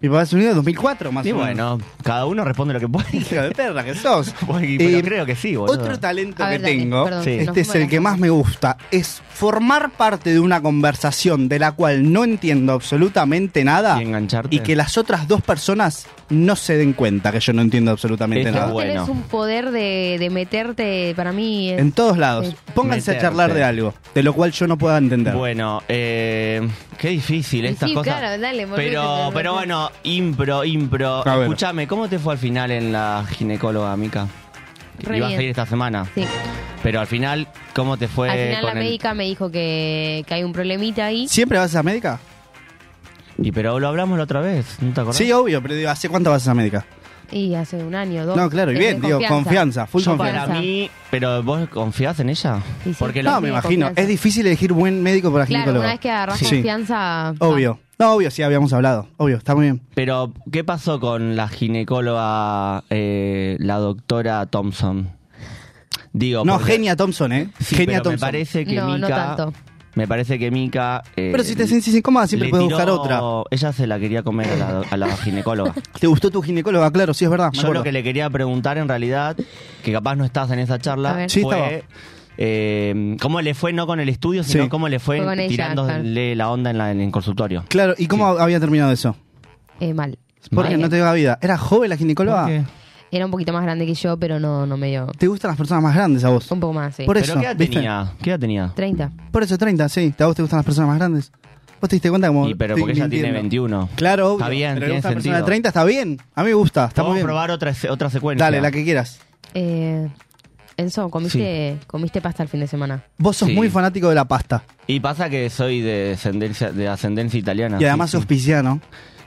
Speaker 2: Mi papá es unido en 2004, más
Speaker 1: Y
Speaker 2: o menos.
Speaker 1: bueno, cada uno responde lo que puede.
Speaker 2: Hijo de perra que sos.
Speaker 1: Bueno,
Speaker 2: Eh,
Speaker 1: creo que sí, boludo.
Speaker 2: Otro talento
Speaker 3: A ver,
Speaker 2: que
Speaker 3: dale,
Speaker 2: tengo,
Speaker 3: perdón,
Speaker 1: Sí. nos
Speaker 2: este es
Speaker 3: fuimos de
Speaker 2: el que
Speaker 3: las
Speaker 2: más me gusta, es formar parte de una conversación de la cual no entiendo absolutamente nada
Speaker 1: Y engancharte.
Speaker 2: y que las otras dos personas no se den cuenta que yo no entiendo absolutamente
Speaker 1: Eso
Speaker 2: nada.
Speaker 1: bueno.
Speaker 3: Tenés un poder de, de meterte, para mí, es-
Speaker 2: En todos lados.
Speaker 3: Sí.
Speaker 2: Pónganse
Speaker 1: Meterte.
Speaker 2: a charlar de algo, de lo cual yo no pueda entender.
Speaker 1: Bueno, eh, qué difícil
Speaker 3: Y
Speaker 1: estas
Speaker 3: sí,
Speaker 1: cosas.
Speaker 3: claro, dale, volvete,
Speaker 1: pero,
Speaker 3: volvete.
Speaker 1: pero bueno, impro, impro.
Speaker 2: A ver.
Speaker 1: Escúchame, ¿cómo te fue al final en la ginecóloga, Mica?
Speaker 3: Re
Speaker 1: Ibas a
Speaker 3: bien.
Speaker 1: ir esta semana.
Speaker 3: Sí.
Speaker 1: Pero al final, ¿cómo te fue?
Speaker 3: Al final
Speaker 1: con
Speaker 3: la
Speaker 1: el-
Speaker 3: médica me dijo que, que hay un problemita ahí.
Speaker 2: ¿Siempre vas a médica?
Speaker 1: Y pero lo hablamos la otra vez, ¿no te acordás?
Speaker 2: Sí, obvio, pero digo, ¿hace cuánto vas a médica?
Speaker 3: Y hace un año, dos.
Speaker 2: No, claro, y
Speaker 3: eh,
Speaker 2: bien, digo, confianza, full
Speaker 1: Yo
Speaker 2: confianza.
Speaker 1: para mí, pero vos confías en ella?
Speaker 3: Y sí.
Speaker 1: Porque
Speaker 2: No,
Speaker 1: lo-
Speaker 2: me
Speaker 3: Sí,
Speaker 2: imagino.
Speaker 3: confianza.
Speaker 2: Es difícil elegir buen médico para
Speaker 3: Claro,
Speaker 2: ginecólogo.
Speaker 3: una vez que agarras
Speaker 2: Sí.
Speaker 3: confianza.
Speaker 2: Obvio. No, obvio, sí, habíamos hablado. Obvio, está muy bien.
Speaker 1: pero ¿qué pasó con la ginecóloga eh, la doctora Thompson? Digo,
Speaker 2: No,
Speaker 1: porque-
Speaker 2: Genia Thompson, ¿eh?
Speaker 1: Sí,
Speaker 2: Genia
Speaker 1: pero
Speaker 2: Thompson.
Speaker 1: me parece que
Speaker 3: No, no
Speaker 1: Mika
Speaker 3: tanto.
Speaker 1: me parece que Mika eh,
Speaker 2: Pero si te sentís incómoda, siempre
Speaker 1: le
Speaker 2: puedes
Speaker 1: tiró-
Speaker 2: buscar otra.
Speaker 1: Ella se la quería comer a la, a la ginecóloga.
Speaker 2: ¿Te gustó tu ginecóloga? Claro, sí, es verdad. me
Speaker 1: Yo
Speaker 2: acuerdo.
Speaker 1: lo que le quería preguntar en realidad, que capaz no estás en esa
Speaker 3: A
Speaker 1: charla,
Speaker 3: ver.
Speaker 2: Sí,
Speaker 1: fue
Speaker 2: estaba.
Speaker 1: eh, cómo le fue no con el estudio, sino
Speaker 2: Sí.
Speaker 1: cómo le fue,
Speaker 3: Fue con ella,
Speaker 1: tirándole la onda en, la- en el consultorio.
Speaker 2: Claro, ¿y cómo había terminado eso?
Speaker 3: eh, mal.
Speaker 2: Porque
Speaker 3: Eh,
Speaker 2: no te dio la vida. ¿Era joven la ginecóloga?
Speaker 1: ¿Por qué?
Speaker 3: Era un poquito más grande que yo, pero no, no me dio.
Speaker 2: ¿Te gustan las personas más grandes a vos?
Speaker 3: Un poco más, sí.
Speaker 2: Por
Speaker 1: ¿Pero
Speaker 2: eso,
Speaker 1: qué edad
Speaker 2: ¿viste?
Speaker 1: tenía? ¿Qué edad tenía?
Speaker 3: 30.
Speaker 2: Por eso 30, sí. ¿A vos te gustan las personas más grandes? ¿Vos te diste cuenta como
Speaker 1: Y pero
Speaker 2: estoy
Speaker 1: porque ella tiene
Speaker 2: mintiendo?
Speaker 1: 21.
Speaker 2: Claro, obvio,
Speaker 1: Está bien,
Speaker 2: pero le
Speaker 1: tiene
Speaker 2: gusta una persona de
Speaker 1: sentido.
Speaker 2: 30, está bien. A mí me gusta, está muy
Speaker 1: Vamos a
Speaker 2: bien.
Speaker 1: probar otra, se- otra secuencia.
Speaker 2: Dale, la que quieras.
Speaker 3: Eh, Enzo, ¿comiste, comiste pasta el fin de semana.
Speaker 2: Vos sos
Speaker 1: Sí.
Speaker 2: muy fanático de la pasta
Speaker 1: Y pasa que soy de ascendencia, de ascendencia italiana.
Speaker 2: y además
Speaker 1: Ah, sí,
Speaker 2: sos
Speaker 1: sí.
Speaker 2: pisciano.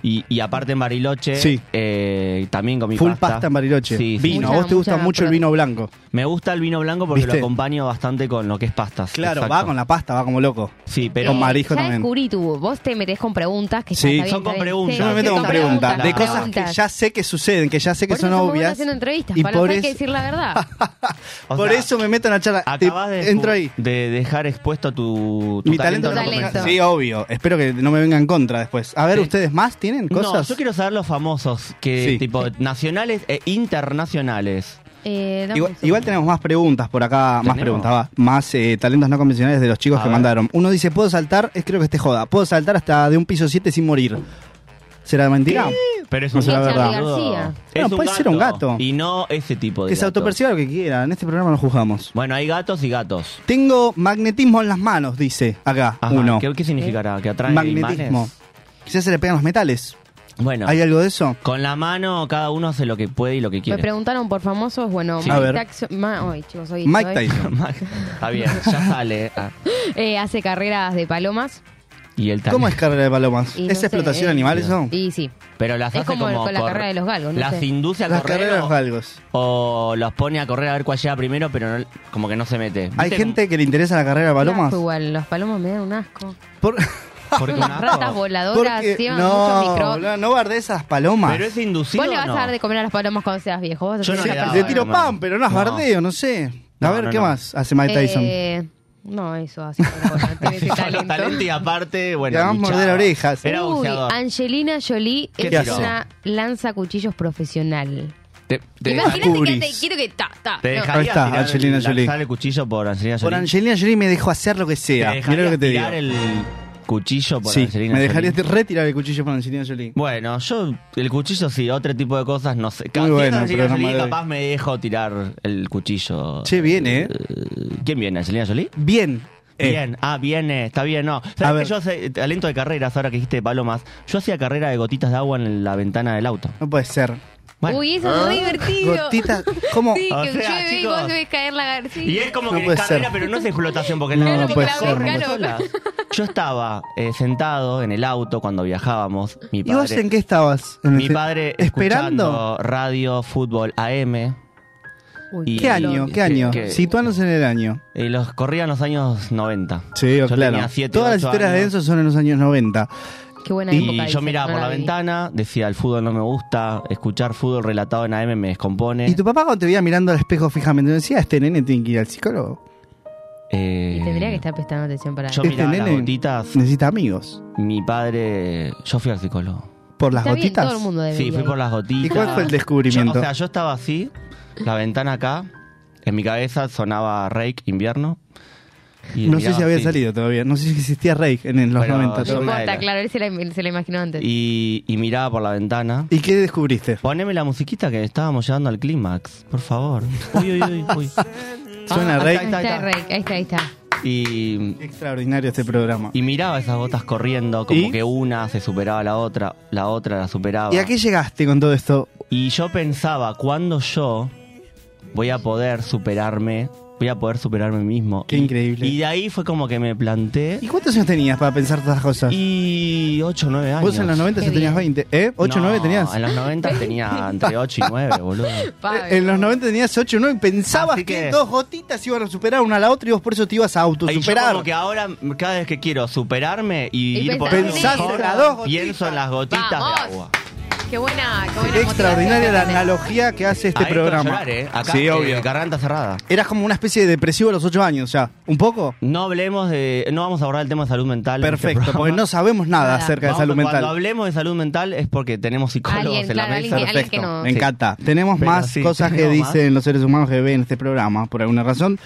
Speaker 1: Y, y aparte en Bariloche,
Speaker 2: Sí.
Speaker 1: eh, también comí
Speaker 2: Full
Speaker 1: pasta.
Speaker 2: pasta en Bariloche.
Speaker 1: Sí, sí.
Speaker 2: vino,
Speaker 3: Mucha,
Speaker 2: a vos te gusta
Speaker 3: mucha
Speaker 2: mucho el
Speaker 3: prote-
Speaker 2: vino blanco.
Speaker 1: Me gusta el vino blanco porque
Speaker 2: ¿Viste?
Speaker 1: lo acompaño bastante con lo que es pastas.
Speaker 2: Claro,
Speaker 1: Exacto.
Speaker 2: va con la pasta, va como loco.
Speaker 1: Sí, pero...
Speaker 2: Con Marijo
Speaker 3: Eh, ya
Speaker 2: también.
Speaker 3: descubrí tú. Vos te metés con preguntas que ya
Speaker 2: Sí.
Speaker 3: está bien,
Speaker 1: Son
Speaker 3: está
Speaker 1: con
Speaker 3: bien.
Speaker 1: preguntas.
Speaker 3: Sí,
Speaker 2: Yo me
Speaker 3: sí,
Speaker 2: meto
Speaker 3: son
Speaker 2: con preguntas, de
Speaker 1: preguntas.
Speaker 2: cosas que ya sé que suceden, que ya sé que
Speaker 3: Por eso
Speaker 2: son
Speaker 3: somos buenos
Speaker 2: obvias.
Speaker 3: haciendo entrevistas,
Speaker 2: y
Speaker 3: para
Speaker 2: por,
Speaker 3: saber que
Speaker 2: es-
Speaker 3: decir la verdad.
Speaker 1: o
Speaker 2: por
Speaker 1: sea,
Speaker 2: eso me meto en la charla. Te-
Speaker 1: Acabas de,
Speaker 2: Entro ahí.
Speaker 1: de dejar expuesto tu, tu
Speaker 2: Mi talento,
Speaker 3: talento
Speaker 2: no
Speaker 3: no
Speaker 2: me-
Speaker 3: compensa.
Speaker 2: Sí, obvio. Espero que no me vengan en contra después. A ver,
Speaker 1: Sí.
Speaker 2: ¿ustedes más tienen cosas?
Speaker 1: No, yo quiero saber los famosos, que
Speaker 2: Sí.
Speaker 1: tipo nacionales e internacionales.
Speaker 3: Eh,
Speaker 2: Igual,
Speaker 3: dame un segundo.
Speaker 2: igual tenemos más preguntas por acá, más
Speaker 1: ¿Tenemos?
Speaker 2: preguntas, va. Más eh, talentos no convencionales de los chicos
Speaker 1: A
Speaker 2: que
Speaker 1: ver.
Speaker 2: mandaron. Uno dice, puedo saltar, es creo que este joda, puedo saltar hasta de un piso 7 sin morir. ¿Será mentira?
Speaker 1: Pero es
Speaker 2: No
Speaker 1: un
Speaker 2: sé la
Speaker 1: gato,
Speaker 2: verdad.
Speaker 1: boludo.
Speaker 3: García.
Speaker 1: Es
Speaker 2: No, puede ser un gato.
Speaker 1: Y no ese tipo de
Speaker 2: Que se
Speaker 1: gato.
Speaker 2: autoperciba lo que quiera, en este programa no juzgamos.
Speaker 1: Bueno, hay gatos y gatos.
Speaker 2: Tengo magnetismo en las manos, dice acá
Speaker 1: Ajá,
Speaker 2: uno.
Speaker 1: ¿Qué, qué significará? ¿Que atraen
Speaker 2: Magnetismo.
Speaker 1: imanes?
Speaker 2: Quizás se le pegan los metales.
Speaker 1: Bueno,
Speaker 2: ¿Hay algo de eso?
Speaker 1: con la mano cada uno hace lo que puede y lo que
Speaker 3: Me
Speaker 1: quiere.
Speaker 3: preguntaron por famosos, bueno,
Speaker 2: Sí. A
Speaker 3: Mike
Speaker 2: ver.
Speaker 3: Tyson, Ma- ay, chicos, hoy
Speaker 2: Mike
Speaker 3: estoy-
Speaker 2: Tyson.
Speaker 1: Está bien, ya sale. Ah,
Speaker 3: Eh, hace carreras de palomas.
Speaker 1: Y él también.
Speaker 2: ¿Cómo es carrera de palomas?
Speaker 3: Y
Speaker 2: ¿Es
Speaker 3: no sé,
Speaker 2: explotación
Speaker 3: eh,
Speaker 2: animal eso?
Speaker 3: Y sí.
Speaker 1: Pero las
Speaker 3: Es
Speaker 1: hace
Speaker 3: como
Speaker 1: como...
Speaker 3: con la
Speaker 1: cor-
Speaker 3: carrera de los galgos, no
Speaker 1: Las
Speaker 3: sé.
Speaker 1: induce a
Speaker 2: Las
Speaker 1: correr
Speaker 2: carreras de los
Speaker 1: o-
Speaker 2: galgos.
Speaker 1: o los pone a correr a ver cuál llega primero, pero no- como que no se mete.
Speaker 2: ¿Hay
Speaker 1: ¿Viste
Speaker 2: gente que le interesa la carrera de
Speaker 3: Un
Speaker 2: palomas?
Speaker 3: asco Igual, los palomas me dan un asco.
Speaker 2: Por-
Speaker 1: cómo- porque
Speaker 3: Unas
Speaker 1: un asco?
Speaker 3: ratas voladoras,
Speaker 2: porque-
Speaker 3: llevan muchos
Speaker 2: no,
Speaker 3: micro...
Speaker 2: no, no bardees a las palomas.
Speaker 1: Pero es inducido
Speaker 3: Vos
Speaker 1: o
Speaker 3: le vas
Speaker 1: no?
Speaker 3: a dar de comer a las palomas cuando seas viejo. Vos
Speaker 1: Yo no
Speaker 3: sos
Speaker 1: le
Speaker 3: una
Speaker 1: daba
Speaker 2: Le
Speaker 3: persona.
Speaker 1: de
Speaker 2: tiro
Speaker 1: comer.
Speaker 2: pan, pero no las
Speaker 1: No.
Speaker 2: bardeo, no sé. A
Speaker 1: No,
Speaker 2: ver,
Speaker 1: no,
Speaker 2: ¿qué
Speaker 1: no.
Speaker 2: más hace Mike Tyson?
Speaker 3: Eh, no, eso hace. bueno, tiene ese
Speaker 1: Solo
Speaker 3: talento.
Speaker 1: talento y aparte, bueno.
Speaker 2: Te vas a
Speaker 1: y
Speaker 2: morder
Speaker 1: chao.
Speaker 2: orejas. ¿eh?
Speaker 1: Era
Speaker 3: Uy,
Speaker 1: buceador.
Speaker 3: Angelina Jolie
Speaker 1: ¿Qué
Speaker 3: es
Speaker 1: tiró?
Speaker 3: una lanza cuchillos profesional.
Speaker 1: Te, te-
Speaker 3: Imagínate que te
Speaker 2: descubrís.
Speaker 3: quiero que ta, ta.
Speaker 1: te
Speaker 3: no.
Speaker 1: dejaría
Speaker 2: Ahí está,
Speaker 1: tirar
Speaker 2: Angelina
Speaker 1: lanzar
Speaker 2: Jolie.
Speaker 1: el cuchillo por Angelina
Speaker 3: eh,
Speaker 1: Jolie.
Speaker 2: Por Angelina Jolie me dejó hacer lo que
Speaker 1: ¿Te
Speaker 2: sea.
Speaker 1: dejarías
Speaker 2: Mira lo que te digo.
Speaker 1: tirar el cuchillo por
Speaker 2: Sí,
Speaker 1: Angelina
Speaker 2: me dejaría
Speaker 1: Jolie?
Speaker 2: retirar el cuchillo por Angelina Jolie.
Speaker 1: Bueno, yo el cuchillo sí, otro tipo de cosas no sé. Casi
Speaker 2: bueno,
Speaker 1: Angelina
Speaker 2: pero no
Speaker 1: Jolie
Speaker 2: me doy.
Speaker 1: capaz me dejo tirar el cuchillo.
Speaker 2: Che, viene, ¿eh?
Speaker 1: Eh, ¿Quién viene? ¿Angelina Jolie?
Speaker 2: Bien. Eh,
Speaker 1: Bien, ah, viene, está bien, no.
Speaker 2: A
Speaker 1: ¿Sabes
Speaker 2: ver.
Speaker 1: que yo hace eh, talento de carreras, ahora que dijiste de palomas? Yo hacía carrera de gotitas de agua en la ventana del auto.
Speaker 2: No puede ser.
Speaker 1: Bueno. Ah,
Speaker 3: Uy, eso es muy divertido.
Speaker 2: Gotitas, ¿cómo?
Speaker 3: Sí,
Speaker 1: O
Speaker 3: que
Speaker 1: sea,
Speaker 3: llueve y
Speaker 1: chicos.
Speaker 3: vos ves caer la garcía.
Speaker 1: Y es como
Speaker 2: No
Speaker 1: que es
Speaker 2: puede
Speaker 1: carrera,
Speaker 2: ser.
Speaker 1: pero no es explotación porque
Speaker 2: No,
Speaker 1: la
Speaker 2: no
Speaker 1: otra
Speaker 2: puede
Speaker 1: corre
Speaker 2: ser,
Speaker 1: como sola.
Speaker 3: claro.
Speaker 1: Yo estaba eh, sentado en el auto cuando viajábamos. Mi
Speaker 2: ¿Y vos
Speaker 1: padre,
Speaker 2: en qué estabas? En
Speaker 1: mi
Speaker 2: el-
Speaker 1: padre
Speaker 2: ¿Esperando?
Speaker 1: escuchando radio, fútbol, AM.
Speaker 3: Uy,
Speaker 1: Y-
Speaker 2: ¿Qué año?
Speaker 1: que-
Speaker 2: ¿Qué año?
Speaker 1: que-
Speaker 2: Situanos en el año.
Speaker 1: Y Eh, los corrían los años 90.
Speaker 2: Sí,
Speaker 1: yo
Speaker 2: claro.
Speaker 1: tenía siete,
Speaker 2: Todas las
Speaker 1: ocho
Speaker 2: historias de
Speaker 1: años.
Speaker 2: Enzo son en los años 90.
Speaker 3: Qué buena época.
Speaker 1: Y yo
Speaker 3: dicen,
Speaker 1: miraba
Speaker 3: no
Speaker 1: por la
Speaker 3: vi.
Speaker 1: ventana, decía el fútbol no me gusta, escuchar fútbol relatado en AM me descompone.
Speaker 2: ¿Y tu papá cuando te veía mirando al espejo fijamente decía, este nene tiene que ir al psicólogo?
Speaker 1: Eh,
Speaker 3: Y tendría que estar prestando atención para
Speaker 1: Yo
Speaker 2: Este
Speaker 1: miraba las
Speaker 2: nene-
Speaker 1: gotitas,
Speaker 2: Necesita amigos.
Speaker 1: mi padre, yo fui al psicólogo.
Speaker 2: ¿Por las
Speaker 3: Está bien,
Speaker 2: gotitas?
Speaker 3: todo el mundo debería
Speaker 1: Sí, fui
Speaker 3: ir.
Speaker 1: por las gotitas.
Speaker 2: ¿Y cuál fue el descubrimiento?
Speaker 1: Yo- o sea, yo estaba así, la ventana acá, en mi cabeza sonaba Rake invierno. y
Speaker 2: No sé
Speaker 1: miraba
Speaker 2: si había
Speaker 1: así.
Speaker 2: salido todavía. No sé si existía Rake en, en los
Speaker 1: Pero
Speaker 2: 90.
Speaker 1: yo-
Speaker 3: No
Speaker 2: todavía.
Speaker 1: Una de
Speaker 3: importa,
Speaker 1: las-
Speaker 3: claro, él se la, se la imaginó antes.
Speaker 1: Y, y miraba por la ventana.
Speaker 2: ¿Y qué descubriste?
Speaker 1: Poneme la musiquita que estábamos llegando al clímax, por favor. Uy, uy, uy, uy.
Speaker 2: Suena
Speaker 1: ahí está, Ah, ahí
Speaker 2: Rake.
Speaker 3: ahí
Speaker 1: está,
Speaker 3: está,
Speaker 1: ahí está.
Speaker 3: Rey, ahí está, ahí está.
Speaker 1: Y,
Speaker 2: Qué extraordinario este programa.
Speaker 1: y miraba esas gotas corriendo, como
Speaker 2: ¿Y?
Speaker 1: que una se superaba a la otra, la otra la superaba.
Speaker 2: ¿Y a qué llegaste con todo esto?
Speaker 1: Y yo pensaba, ¿cuándo yo voy a poder superarme? Voy a poder superarme mismo.
Speaker 2: Qué
Speaker 1: Y-
Speaker 2: increíble.
Speaker 1: Y de ahí fue como que me planté.
Speaker 2: ¿Y cuántos años tenías para pensar todas las cosas?
Speaker 1: Y 8 o 9 años.
Speaker 2: Vos en los 90
Speaker 3: Qué
Speaker 2: ya tenías
Speaker 3: bien.
Speaker 2: 20. ¿Eh? ¿8 o
Speaker 1: No,
Speaker 2: 9 tenías?
Speaker 1: En los 90 tenía entre 8 y 9, boludo.
Speaker 3: Pablo.
Speaker 2: Eh, En los 90 tenías 8 o 9 y pensabas
Speaker 1: Así
Speaker 2: que,
Speaker 1: que-
Speaker 2: dos gotitas iban a superar una a la otra y vos por eso te ibas
Speaker 1: Y
Speaker 2: a
Speaker 1: yo
Speaker 2: autosuperar.
Speaker 1: como que ahora, cada vez que quiero superarme y,
Speaker 3: Y
Speaker 1: ir por
Speaker 3: pensás en
Speaker 1: algo mejor,
Speaker 3: eso. Pensás en las
Speaker 2: dos gotitas. Este
Speaker 1: pienso en las gotitas
Speaker 3: Vamos.
Speaker 1: de agua.
Speaker 3: Qué buena, qué buena.
Speaker 2: Qué extraordinaria
Speaker 3: motivación
Speaker 2: la
Speaker 3: tenés.
Speaker 2: analogía que hace este
Speaker 1: Ahí
Speaker 2: programa.
Speaker 1: puedo llorar, ¿eh? Acá,
Speaker 2: sí,
Speaker 1: eh,
Speaker 2: obvio.
Speaker 1: garganta cerrada.
Speaker 2: Eras como una especie de depresivo a los 8 años ya. ¿Un poco?
Speaker 1: No hablemos de... No vamos a abordar el tema de salud mental. en este
Speaker 2: Perfecto, porque
Speaker 1: programa.
Speaker 2: no sabemos nada
Speaker 3: Nada.
Speaker 2: acerca de
Speaker 1: Vamos,
Speaker 2: salud
Speaker 1: Cuando
Speaker 2: mental.
Speaker 1: hablemos de salud mental es porque tenemos psicólogos
Speaker 3: Alguien,
Speaker 1: en
Speaker 3: claro,
Speaker 1: la
Speaker 3: alguien
Speaker 1: mesa.
Speaker 3: que- alguien que
Speaker 2: Perfecto,
Speaker 3: no-
Speaker 2: me
Speaker 1: Sí.
Speaker 2: encanta. Tenemos
Speaker 1: Pero
Speaker 2: más
Speaker 1: sí,
Speaker 2: cosas que
Speaker 1: tenemos más.
Speaker 2: dicen los seres humanos que ven este programa, por alguna razón.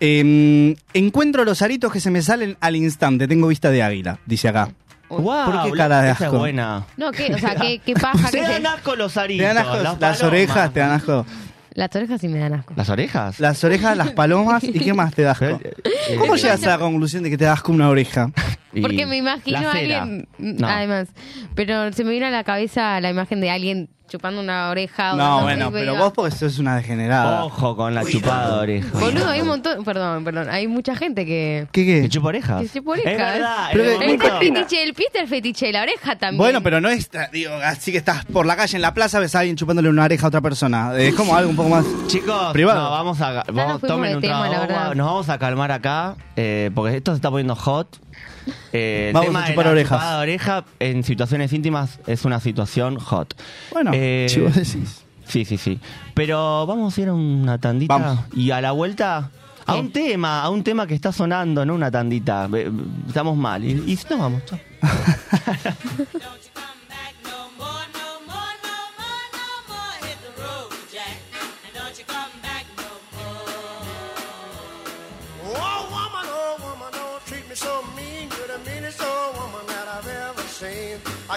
Speaker 2: Em, Eh, encuentro los aritos que se me salen al instante. Tengo vista de águila, dice acá.
Speaker 3: Uy.
Speaker 1: Guau,
Speaker 2: ¿Por qué
Speaker 1: la-
Speaker 2: cara de
Speaker 1: esa es
Speaker 2: asco?
Speaker 1: buena.
Speaker 3: No, ¿qué? O sea, ¿qué, qué paja
Speaker 1: Se
Speaker 3: que se...
Speaker 1: dan asco los
Speaker 2: ¿Te
Speaker 1: aritos.
Speaker 2: dan asco
Speaker 1: las
Speaker 2: las,
Speaker 1: palomas.
Speaker 2: orejas? ¿Te dan asco?
Speaker 3: Las orejas sí me dan asco.
Speaker 1: ¿Las orejas?
Speaker 2: Las orejas, las palomas y qué más te da asco.
Speaker 1: Eh,
Speaker 2: ¿Cómo
Speaker 1: eh,
Speaker 2: llegas a la conclusión de que te da asco una oreja?
Speaker 1: y-
Speaker 3: Porque me imagino
Speaker 1: la
Speaker 3: a
Speaker 1: cera.
Speaker 3: alguien, mm,
Speaker 1: No.
Speaker 3: además, pero se me vino a la cabeza la imagen de alguien chupando una oreja. o
Speaker 2: No,
Speaker 3: dándose
Speaker 2: bueno,
Speaker 3: algo y
Speaker 2: pero
Speaker 3: digo,
Speaker 2: vos porque sos una degenerada.
Speaker 1: Ojo con la chupada de oreja.
Speaker 3: Boludo, hay un montón, perdón, perdón, hay mucha gente que...
Speaker 2: ¿Qué
Speaker 1: ¿Que
Speaker 2: qué?
Speaker 1: chupa orejas?
Speaker 3: Que chupa orejas.
Speaker 1: Es verdad.
Speaker 2: Pero
Speaker 1: en el
Speaker 2: que-
Speaker 3: Está el
Speaker 1: momento-
Speaker 3: fetiche del pie, está el fetiche de la oreja también.
Speaker 2: Bueno, pero no es, digo, así que estás por la calle, en la plaza, ves a alguien chupándole una oreja a otra persona. Eh, Es como algo un poco más...
Speaker 1: Chicos,
Speaker 2: Privado.
Speaker 1: no, vamos a vamos-
Speaker 3: nos fuimos
Speaker 1: tomen
Speaker 3: de
Speaker 1: un
Speaker 3: tema,
Speaker 1: trago
Speaker 3: la
Speaker 1: de agua,
Speaker 3: verdad.
Speaker 1: Nos vamos a calmar acá, eh, porque esto se está poniendo hot. Eh, el
Speaker 2: Vamos a
Speaker 1: tema de
Speaker 2: chupar
Speaker 1: la
Speaker 2: orejas.
Speaker 1: chupada de oreja en situaciones íntimas es una situación hot.
Speaker 2: Bueno,
Speaker 1: Eh,
Speaker 2: si vos decís.
Speaker 1: Sí, sí, sí. Pero vamos a ir a una tandita
Speaker 2: Vamos.
Speaker 1: y a la vuelta a
Speaker 3: ¿Qué?
Speaker 1: un tema, a un tema que está sonando, no una tandita. Ve- Estamos mal. Y, y nos vamos. chao.
Speaker 5: Don't you come back no more, no more, no more, no more. Hit the road, Jack, and don't you come back no more.
Speaker 6: Oh, woman, oh, woman, don't treat me so mean. You're the meanest old woman that I've ever seen. I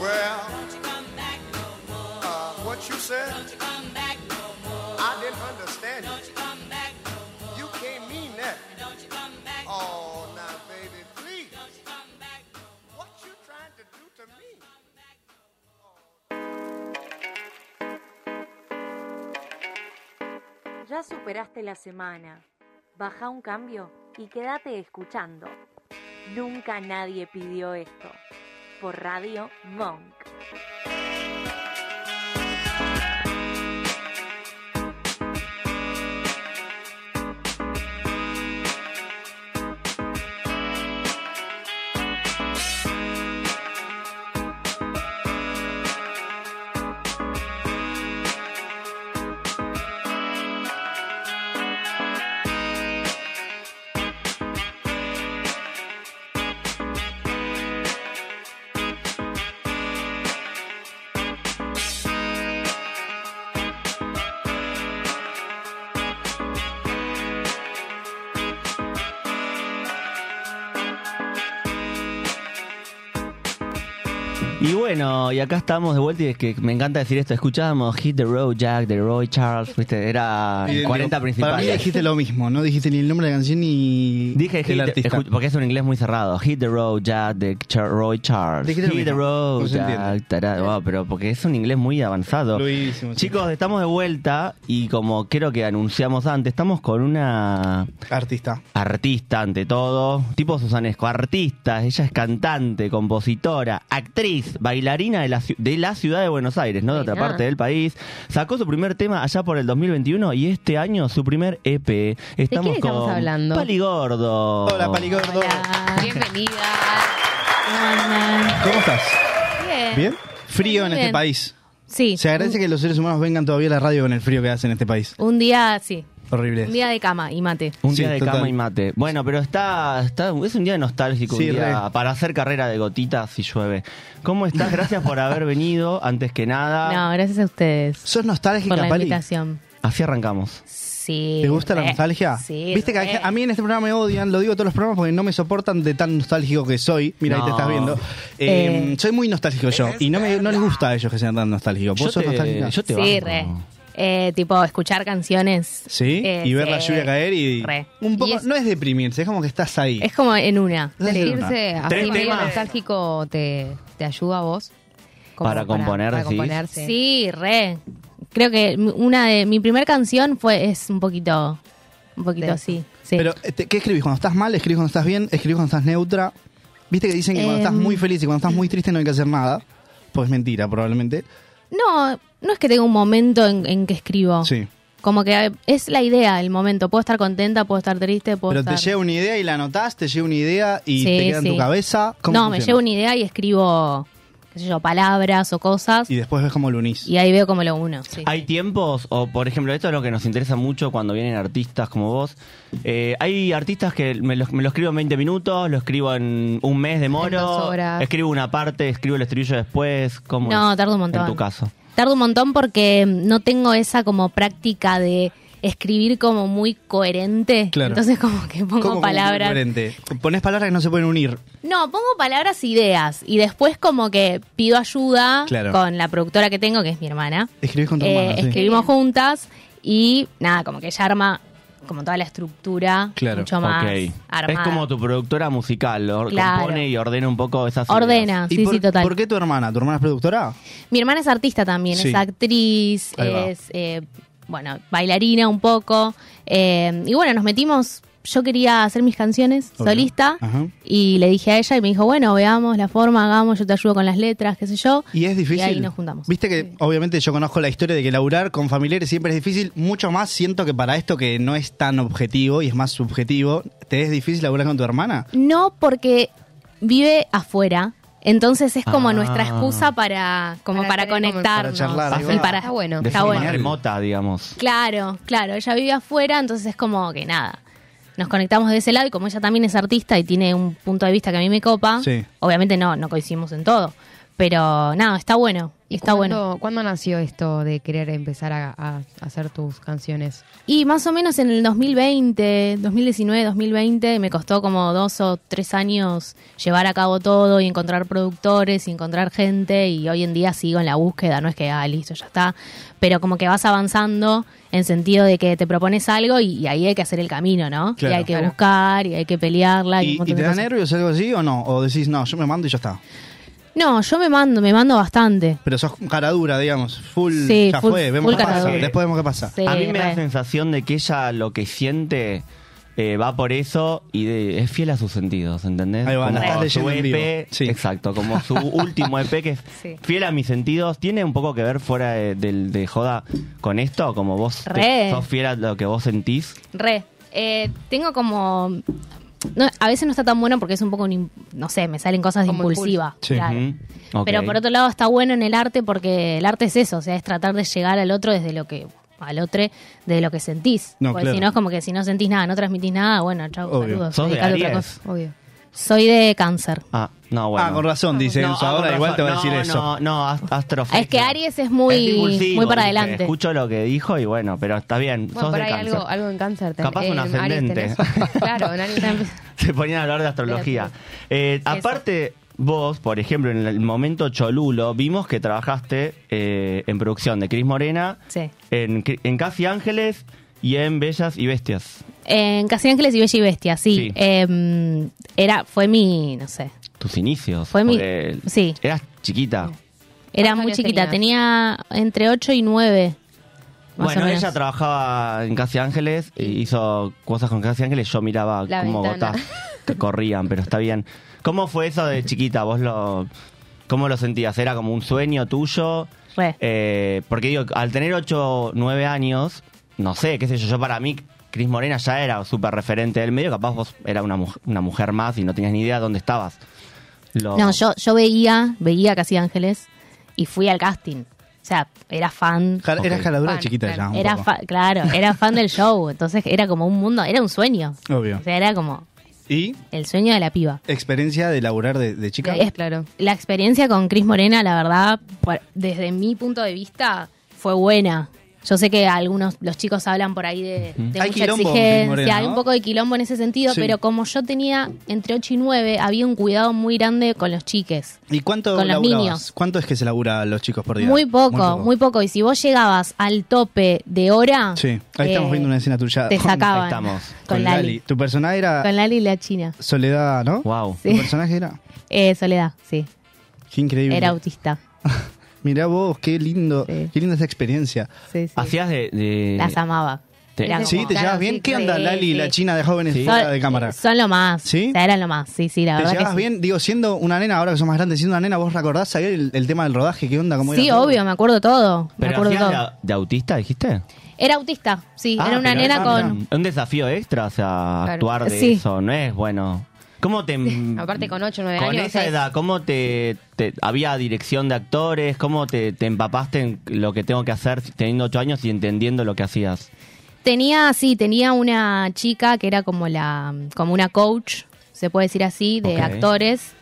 Speaker 6: Well,
Speaker 5: Don't you come back no more.
Speaker 6: uh, what you said,
Speaker 5: Don't you come back no more.
Speaker 6: I didn't understand
Speaker 5: Don't
Speaker 6: it.
Speaker 5: you come back no more.
Speaker 6: You can't mean that.
Speaker 5: Don't you come back.
Speaker 6: Oh, now, baby, please.
Speaker 5: Don't you come back no more.
Speaker 6: What you trying to do to me?
Speaker 7: Ya superaste la semana. Baja un cambio y quédate escuchando. Nunca nadie pidió esto. Por Radio Monk.
Speaker 1: Y bueno, y acá estamos de vuelta y es que me encanta decir esto. Escuchábamos Hit the Road Jack de Roy Charles, ¿viste? Era 40
Speaker 2: Para mí
Speaker 1: principales.
Speaker 2: dijiste lo mismo, no dijiste ni el nombre de la canción ni
Speaker 1: Dije
Speaker 2: el
Speaker 1: hit-
Speaker 2: artista.
Speaker 1: escu- porque es un inglés muy cerrado. Hit the road, Jack, de Char- Roy Charles.
Speaker 2: Dijiste lo
Speaker 1: Hit the
Speaker 2: mismo.
Speaker 1: road,
Speaker 2: No se
Speaker 1: Jack.
Speaker 2: entiende.
Speaker 1: tará, wow, pero porque es un inglés muy avanzado.
Speaker 2: Fluidísimo, sí.
Speaker 1: Chicos, estamos de vuelta y como creo que anunciamos antes, estamos con una
Speaker 2: Artista.
Speaker 1: artista ante todo, tipo Susanesco, artista, ella es cantante, compositora, actriz, bailarina de la, ciu- de la ciudad de Buenos Aires, no de otra
Speaker 3: Mirá.
Speaker 1: parte del país. Sacó su primer tema allá por el 2021 y este año su primer EP. Estamos
Speaker 3: quién estamos
Speaker 1: con
Speaker 3: hablando?
Speaker 1: Paligordo.
Speaker 2: Hola, Paligordo.
Speaker 3: Hola, bienvenida.
Speaker 2: ¿Cómo estás?
Speaker 8: Bien.
Speaker 2: ¿Bien? Frío en
Speaker 8: Bien.
Speaker 2: este país.
Speaker 8: Sí. Mm.
Speaker 2: Se agradece que los seres humanos vengan todavía a la radio con el frío que hace en este país.
Speaker 8: Un día, sí.
Speaker 2: Horrible.
Speaker 8: Un día de cama y mate.
Speaker 1: Un día
Speaker 2: Sí,
Speaker 1: de
Speaker 2: total.
Speaker 1: cama y mate. Bueno, pero está, está es un día nostálgico, un
Speaker 2: Sí,
Speaker 1: día
Speaker 2: re.
Speaker 1: para hacer carrera de gotitas si llueve. ¿Cómo estás? Gracias por haber venido. Antes que
Speaker 2: Ah.
Speaker 1: nada,
Speaker 8: No, gracias a ustedes
Speaker 2: ¿Sos nostálgica,
Speaker 8: por la
Speaker 2: Pali?
Speaker 8: invitación.
Speaker 1: así arrancamos.
Speaker 8: Sí.
Speaker 2: ¿Te gusta la
Speaker 8: re.
Speaker 2: nostalgia?
Speaker 8: Sí.
Speaker 2: Viste que
Speaker 8: re.
Speaker 2: a, a mí en este programa me odian, lo digo a todos los programas porque no me soportan de tan nostálgico que soy. Mira, ahí te
Speaker 1: No.
Speaker 2: estás viendo. Eh,
Speaker 8: Eh.
Speaker 2: Soy muy nostálgico yo y no, me, no les gusta a ellos que sean tan nostálgicos. ¿Vos
Speaker 1: Yo
Speaker 2: sos
Speaker 1: te-
Speaker 2: nostálgica?
Speaker 1: yo te
Speaker 8: Sí,
Speaker 1: banco.
Speaker 8: re. eh, tipo escuchar canciones.
Speaker 2: Sí,
Speaker 8: Eh,
Speaker 2: y ver la
Speaker 8: sí.
Speaker 2: lluvia caer y.
Speaker 8: Re.
Speaker 2: Un poco,
Speaker 3: Y es-
Speaker 2: no es deprimirse, es como que estás ahí.
Speaker 8: Es como en una.
Speaker 2: Estás en una.
Speaker 3: Sentirse
Speaker 1: Tres
Speaker 3: así medio
Speaker 1: temas.
Speaker 3: nostálgico te, te ayuda a vos. Como
Speaker 1: Para componer,
Speaker 3: Para
Speaker 1: sí.
Speaker 3: componer, sí.
Speaker 8: Sí, re. Creo que mi- una de mi primera canción fue es un poquito un poquito
Speaker 3: De-
Speaker 8: así. sí.
Speaker 2: Pero, este, ¿qué escribís? ¿Cuando estás mal? ¿Escribís cuando estás bien? ¿Escribís cuando estás neutra? Viste que dicen que cuando estás
Speaker 8: Em.
Speaker 2: muy feliz y cuando estás muy triste no hay que hacer nada. Pues mentira, probablemente.
Speaker 8: no, no es que tenga un momento en, en que escribo.
Speaker 2: Sí.
Speaker 8: Como que eh, es la idea, el momento. Puedo estar contenta, puedo estar triste, puedo
Speaker 2: Pero
Speaker 8: estar...
Speaker 2: te llega una idea y la anotás, te llega una idea y
Speaker 8: Sí,
Speaker 2: te queda en tu
Speaker 8: sí.
Speaker 2: cabeza. ¿Cómo
Speaker 8: No, me
Speaker 2: funciona?
Speaker 8: llega una idea y escribo, qué sé yo, palabras o cosas.
Speaker 2: Y después ves cómo lo unís.
Speaker 8: Y ahí veo como lo uno. sí.
Speaker 1: Hay tiempos, o por ejemplo, esto es lo que nos interesa mucho cuando vienen artistas como vos. Eh, hay artistas que me lo, me lo escribo en 20 minutos, lo escribo en un mes de
Speaker 3: dos
Speaker 1: moro,
Speaker 3: horas.
Speaker 1: escribo una parte, escribo el estribillo después. ¿cómo
Speaker 8: No,
Speaker 1: es?
Speaker 8: tarda un montón.
Speaker 1: En tu caso.
Speaker 8: Tardo un montón porque no tengo esa como práctica de escribir como muy coherente.
Speaker 2: Claro.
Speaker 8: Entonces como que pongo
Speaker 2: ¿Cómo- cómo-
Speaker 8: palabras.
Speaker 2: coherente? Pones palabras que no se pueden unir.
Speaker 8: No, pongo palabras e ideas y después como que pido ayuda
Speaker 2: Claro.
Speaker 8: con la productora que tengo, que es mi hermana.
Speaker 2: Escribís con tu
Speaker 8: Eh,
Speaker 2: hermana, sí.
Speaker 8: Escribimos
Speaker 3: Qué bien.
Speaker 8: juntas y nada, como que ella arma como toda la estructura
Speaker 2: Claro,
Speaker 8: mucho más
Speaker 1: Ok. Es
Speaker 8: armada.
Speaker 1: como tu productora musical, or-
Speaker 8: Claro.
Speaker 1: compone y ordena un poco esas ideas.
Speaker 8: Ordena,
Speaker 2: ¿Y
Speaker 8: sí,
Speaker 2: por,
Speaker 8: sí, total.
Speaker 2: ¿Por qué tu hermana? ¿Tu hermana es productora?
Speaker 8: Mi hermana es artista también,
Speaker 2: Sí.
Speaker 8: es actriz,
Speaker 2: Ahí va.
Speaker 8: es, eh, bueno, bailarina un poco. Eh, y bueno, nos metimos, yo quería hacer mis canciones
Speaker 2: Obvio.
Speaker 8: solista
Speaker 2: Ajá.
Speaker 8: y le dije a ella y me dijo, bueno, veamos la forma, hagamos, yo te ayudo con las letras, qué sé yo.
Speaker 2: Y es difícil.
Speaker 8: Y ahí nos juntamos.
Speaker 2: Viste que obviamente yo conozco la historia de que laburar con familiares siempre es difícil, mucho más siento que para esto que no es tan objetivo y es más subjetivo, ¿te es difícil laburar con tu hermana?
Speaker 8: No porque vive afuera. Entonces es como
Speaker 1: Ah.
Speaker 8: nuestra excusa para, como
Speaker 3: Para
Speaker 8: para,
Speaker 3: tener como- Para
Speaker 8: conectarnos.
Speaker 2: charlar,
Speaker 8: y
Speaker 2: ahí va.
Speaker 8: para-
Speaker 3: Está Ah, bueno.
Speaker 1: De
Speaker 8: Está
Speaker 1: forma
Speaker 8: bueno.
Speaker 1: remota, digamos.
Speaker 8: Claro, claro, ella vive afuera, entonces es como que nada. Nos conectamos de ese lado y como ella también es artista y tiene un punto de vista que a mí me copa,
Speaker 2: Sí.
Speaker 8: obviamente no, no coincidimos en todo. Pero nada, está bueno,
Speaker 3: ¿Y
Speaker 8: está
Speaker 3: cuándo-
Speaker 8: bueno.
Speaker 3: ¿Cuándo nació esto de querer empezar a, a hacer tus canciones?
Speaker 8: Y más o menos en el 2020, 2019, 2020, me costó como dos o tres años llevar a cabo todo y encontrar productores y encontrar gente y hoy en día sigo en la búsqueda, no es que, ah, listo, ya está, pero como que vas avanzando en sentido de que te propones algo y, y ahí hay que hacer el camino, ¿no?
Speaker 2: Claro.
Speaker 8: Y hay que
Speaker 3: Claro.
Speaker 8: buscar y hay que pelearla. Y, un
Speaker 2: ¿Y, y
Speaker 8: montón
Speaker 2: te
Speaker 8: de
Speaker 2: da
Speaker 8: cosas.
Speaker 2: nervios o algo así o no? ¿O decís, no, yo me mando y ya está?
Speaker 8: No, yo me mando, me mando bastante.
Speaker 2: Pero sos cara dura, digamos, full,
Speaker 8: Sí,
Speaker 2: ya
Speaker 8: full-
Speaker 2: fue, vemos
Speaker 8: full
Speaker 2: qué pasa,
Speaker 8: cara
Speaker 1: dura.
Speaker 2: después vemos qué pasa.
Speaker 8: Sí,
Speaker 1: a mí me da
Speaker 8: re.
Speaker 1: la sensación de que ella lo que siente eh, va por eso y de- es fiel a sus sentidos, ¿entendés?
Speaker 2: Ahí va, la estás
Speaker 1: su
Speaker 2: leyendo en vivo.
Speaker 1: EP,
Speaker 2: Sí.
Speaker 1: Exacto, como su último EP que es
Speaker 8: Sí.
Speaker 1: fiel a mis sentidos. ¿Tiene un poco que ver fuera de, del- de joda con esto? Como vos te-
Speaker 8: Re.
Speaker 1: sos fiel a lo que vos sentís.
Speaker 8: Re. Eh, tengo como. no, a veces no está tan bueno porque es un poco. un im- no sé, me salen cosas de
Speaker 3: Como
Speaker 8: impulsiva.
Speaker 2: impulso. Sí.
Speaker 8: claro.
Speaker 1: Ujú, ok.
Speaker 8: Pero por otro lado está bueno en el arte porque el arte es eso, o sea, es tratar de llegar al otro desde lo que. al otro desde lo que sentís.
Speaker 2: No,
Speaker 8: porque
Speaker 2: claro.
Speaker 8: si no es como que si no sentís nada, no transmitís nada, bueno, chau,
Speaker 2: Obvio.
Speaker 8: saludos.
Speaker 1: ¿Sos de
Speaker 8: dedicate a otra
Speaker 1: Aries?
Speaker 8: cosa.
Speaker 3: Obvio.
Speaker 8: Soy de cáncer.
Speaker 1: Ah, no, bueno.
Speaker 2: Ah, con razón, dice
Speaker 1: No,
Speaker 2: Enzo,
Speaker 1: ah, con
Speaker 2: ahora igual te va a decir
Speaker 1: razón.
Speaker 2: eso.
Speaker 1: No, no, ast- astrofísica.
Speaker 8: Es que Aries es muy-
Speaker 1: impulsivo,
Speaker 8: muy para
Speaker 1: dije.
Speaker 8: adelante.
Speaker 1: Escucho lo que dijo y bueno, pero está bien.
Speaker 3: Bueno,
Speaker 1: sos
Speaker 3: por
Speaker 1: de
Speaker 3: ahí
Speaker 1: cáncer.
Speaker 3: algo, algo en cáncer. ten-
Speaker 1: Capaz un
Speaker 3: en Eh, Aries
Speaker 1: ascendente.
Speaker 3: tenés. Claro, en Aries tenés-
Speaker 1: se ponían a hablar de astrología. Eh,
Speaker 3: Eso.
Speaker 1: aparte, vos, por ejemplo, en el momento Cholulo, vimos que trabajaste eh, en producción de Cris Morena,
Speaker 8: Sí.
Speaker 1: en, Cri- en Casi Ángeles y en Bellas y Bestias.
Speaker 8: En Casi Ángeles y Bella y Bestia, sí.
Speaker 1: Sí.
Speaker 8: Em, era, fue mi, no sé,
Speaker 1: Tus inicios.
Speaker 8: Fue mi-
Speaker 1: porque
Speaker 8: sí.
Speaker 1: Eras chiquita.
Speaker 8: era
Speaker 3: ¿Cuántos
Speaker 8: muy
Speaker 3: años
Speaker 8: chiquita,
Speaker 3: tenías?
Speaker 8: tenía entre 8 y 9. más o
Speaker 1: Bueno,
Speaker 8: menos.
Speaker 1: ella trabajaba en Casi Ángeles, e hizo cosas con Casi Ángeles, yo miraba
Speaker 3: La
Speaker 1: cómo
Speaker 3: ventana.
Speaker 1: gotas que corrían, pero está bien. ¿Cómo fue eso de chiquita? ¿Vos lo, cómo lo sentías? ¿Era como un sueño tuyo?
Speaker 8: Re.
Speaker 1: Eh, porque digo, al tener 8, 9 años, no sé, qué sé yo, yo para mí, Cris Morena ya era súper referente del medio, capaz vos era una, muj- una mujer más y no tenías ni idea dónde estabas. Lo-
Speaker 8: No, yo, yo veía, veía Casi Ángeles y fui al casting. O sea, era fan.
Speaker 2: Jar- Eras
Speaker 1: Ok.
Speaker 2: cara dura
Speaker 3: Fan,
Speaker 2: chiquita
Speaker 3: claro.
Speaker 2: ya. un
Speaker 8: Era
Speaker 2: poco.
Speaker 8: fa- claro, era fan del show. Entonces era como un mundo, era un sueño.
Speaker 2: Obvio.
Speaker 8: O sea, era como
Speaker 2: ¿Y
Speaker 8: el sueño de la piba.
Speaker 2: experiencia de laburar de, de chica?
Speaker 8: Es-
Speaker 3: claro.
Speaker 8: La experiencia con Cris Morena, la verdad, por- desde mi punto de vista, fue buena. Yo sé que algunos, los chicos hablan por ahí de, de
Speaker 2: Hay
Speaker 8: mucha
Speaker 2: quilombo en Cris
Speaker 8: exigencia,
Speaker 2: Morena,
Speaker 8: hay
Speaker 2: ¿no?
Speaker 8: un poco de quilombo en ese sentido,
Speaker 2: Sí.
Speaker 8: pero como yo tenía entre 8 y 9, había un cuidado muy grande con los chiques.
Speaker 2: ¿Y cuánto
Speaker 8: Con los
Speaker 2: laburabas?
Speaker 8: niños.
Speaker 2: ¿Cuánto es que se labura los chicos por día?
Speaker 8: Muy poco, muy poco, Y si vos llegabas al tope de hora,
Speaker 2: Sí, ahí estamos
Speaker 8: eh,
Speaker 2: viendo una escena tuya.
Speaker 8: te sacaban.
Speaker 1: Ahí estamos.
Speaker 8: Con, Lali.
Speaker 2: Tu personaje era
Speaker 8: Con Lali y la China.
Speaker 2: Soledad, ¿no?
Speaker 1: Wow.
Speaker 8: Sí.
Speaker 2: Tu personaje era.
Speaker 8: Eh, Soledad, sí.
Speaker 2: Qué increíble.
Speaker 8: Era autista.
Speaker 2: Mirá vos, qué lindo,
Speaker 8: Sí.
Speaker 2: qué linda esa experiencia.
Speaker 8: Sí, sí.
Speaker 1: Hacías de. de-
Speaker 8: Las amaba.
Speaker 1: Te-
Speaker 8: Eran
Speaker 2: ¿Sí?
Speaker 8: como-
Speaker 2: ¿Te llevas
Speaker 8: claro,
Speaker 2: bien?
Speaker 8: sí,
Speaker 2: ¿Qué
Speaker 8: sí,
Speaker 2: onda Lali y
Speaker 8: sí.
Speaker 2: la China de jóvenes
Speaker 1: Sí.
Speaker 2: fuera
Speaker 8: Son-
Speaker 2: de cámara?
Speaker 8: Son lo más.
Speaker 2: ¿Sí?
Speaker 8: O sea, eran lo más. Sí, sí, la
Speaker 2: ¿Te
Speaker 8: verdad que
Speaker 2: llevas
Speaker 8: sí.
Speaker 2: bien? Digo, siendo una nena, ahora que sos más grande, siendo una nena, ¿vos recordás ahí el, el tema del rodaje? ¿Qué onda? ¿Cómo
Speaker 8: Sí,
Speaker 2: era todo?
Speaker 8: obvio, me acuerdo todo. Me
Speaker 1: ¿Pero
Speaker 8: acuerdo
Speaker 1: hacías
Speaker 8: todo.
Speaker 1: de, au- de autista, dijiste?
Speaker 8: Era autista, sí.
Speaker 1: Ah,
Speaker 8: era una
Speaker 1: pero
Speaker 8: nena
Speaker 1: es
Speaker 8: con.
Speaker 1: un- Un desafío extra, o sea, actuar de
Speaker 8: Sí.
Speaker 1: eso, ¿no es? Bueno. ¿Cómo te.
Speaker 3: Aparte con 8, 9
Speaker 1: Con
Speaker 3: años.
Speaker 1: esa
Speaker 3: es-
Speaker 1: edad, ¿cómo te, te- había dirección de actores? ¿Cómo te, te empapaste en lo que tengo que hacer teniendo ocho años y entendiendo lo que hacías?
Speaker 8: Tenía, sí, tenía una chica que era como la, como una coach, se puede decir así, de
Speaker 1: Ok.
Speaker 8: actores,